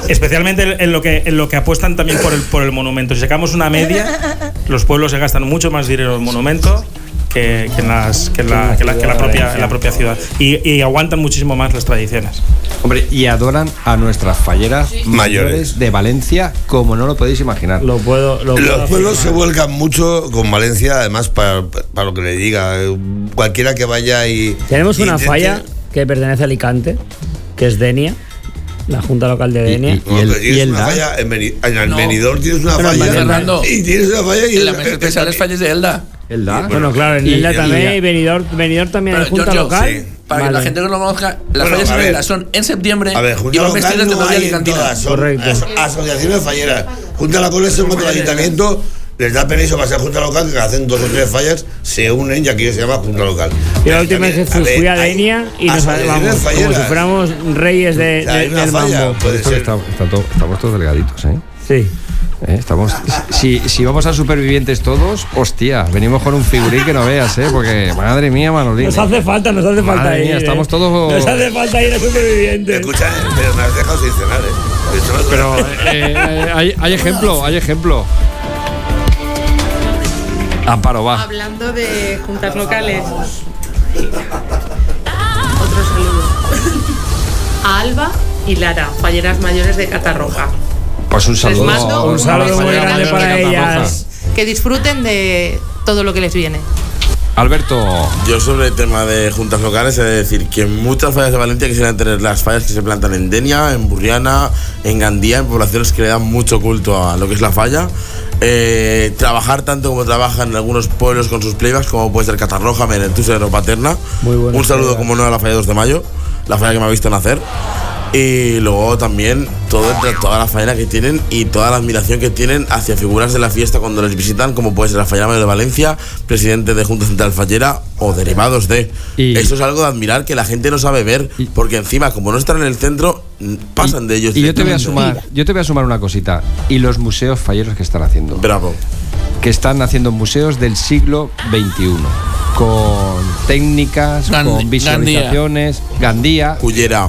especialmente en lo que, en lo que apuestan también por el, por el monumento. Si sacamos una media, los pueblos se gastan mucho más dinero en el monumento que, que en, las, que en la, que la- que la propia, en la propia ciudad. Y, y aguantan muchísimo más las tradiciones. Hombre, y adoran a nuestras falleras mayores de Valencia como no lo podéis imaginar. Lo puedo, Los pueblos se vuelcan mucho con Valencia, además, para, para lo que le diga. eh, Cualquiera que vaya y. Tenemos y una intente- falla que pertenece a Alicante, que es Denia, la Junta Local de Denia. Bueno, pero tienes una falla en, Beni- en el Benidorm tienes una Pero en falla. Fernando. Y tienes una falla y En la mesa especial es falles de Elda. ¿Elda? Bueno, claro, en Y- Elda y- también, y Benidorm, Benidorm también Pero, es Junta Giorgio, Local. sí, Para que la Vale. gente que no lo conozca, las Bueno, fallas a en ver. Elda son en septiembre A ver, y Junta van vestidos Local de no novia hay en alicantina. todas, son aso- asociaciones falleras. Junta Local es cuando el ayuntamiento les da permiso para ser Junta Local, que hacen dos o tres fallas, se unen y aquí se llama Junta Local. Yo la última vez que fui, a ver, fui a hay Denia y nos asociaciones vamos, como falleras. si fuéramos reyes de, sea, de- hay una del falla, mambo. puede Esto que ser. está- está todo- estamos todos delgaditos, ¿eh? Sí. Estamos, si, si vamos a supervivientes todos, hostia, venimos con un figurín que no veas, ¿eh? Porque madre mía, Manolín. ¿eh? Nos hace falta, nos hace falta Madre mía, ir, ¿eh? estamos todos- Nos hace falta ir a supervivientes. Escucha, eh, pero me has dejado sin cenar, ¿eh? Pero eh, eh, hay, hay ejemplo, hay ejemplo. Amparo, va. Hablando de juntas locales. Otro saludo. A Alba y Lara, falleras mayores de Catarroja. Pues un saludo. mando a un Alba beso Fallera, grande Alberto para Catarroja. Que disfruten de todo lo que les viene. Alberto. Yo sobre el tema de juntas locales he de decir que muchas fallas de Valencia quisieran tener las fallas que se plantan en Denia, en Burriana, en Gandía, en poblaciones que le dan mucho culto a lo que es la falla. Eh, trabajar tanto como trabajan en algunos pueblos con sus playbacks, como puede ser Catarroja, Merentusa o Paterna. Muy buenas Un saludo playbacks. como no a la falla 2 de mayo, la falla que me ha visto nacer. Y luego también todo, el tra- toda la faena que tienen y toda la admiración que tienen hacia figuras de la fiesta cuando les visitan, como puede ser la Fallera Mayor de Valencia, presidente de Junta Central Fallera o derivados de. Eso es algo de admirar que la gente no sabe ver, porque encima, como no están en el centro, n- pasan de ellos. Y yo te voy a directamente. sumar, yo te voy a sumar una cosita. Y los museos falleros que están haciendo. Bravo. Que están haciendo museos del siglo XXI. Con técnicas, Gandhi- con visualizaciones. Gandía. Cullera.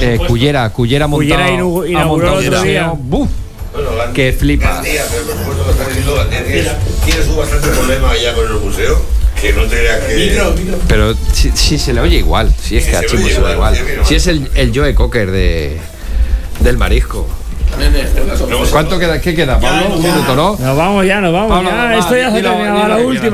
Eh, Cullera, Cullera montado. Cullera inaugu- ha inauguró montado el otro museo. día. ¡Buf! Que flipa. Gandía, pero por supuesto que está diciendo Gandía. Tienes, tienes un bastante problema ya con el museo. Que no te creas que. Pero sí, sí se le oye igual. Si es Sí, que se a le Chimo oye se le igual, igual. sí, mira, Si es el, el Joe Cocker de, del marisco. ¿Cuánto queda? ¿Qué queda, Pablo? Un minuto, ¿no? Nos vamos ya, nos vamos. Pablo, ya, va, esto ya se dilo, terminaba dilo Ah, la que última.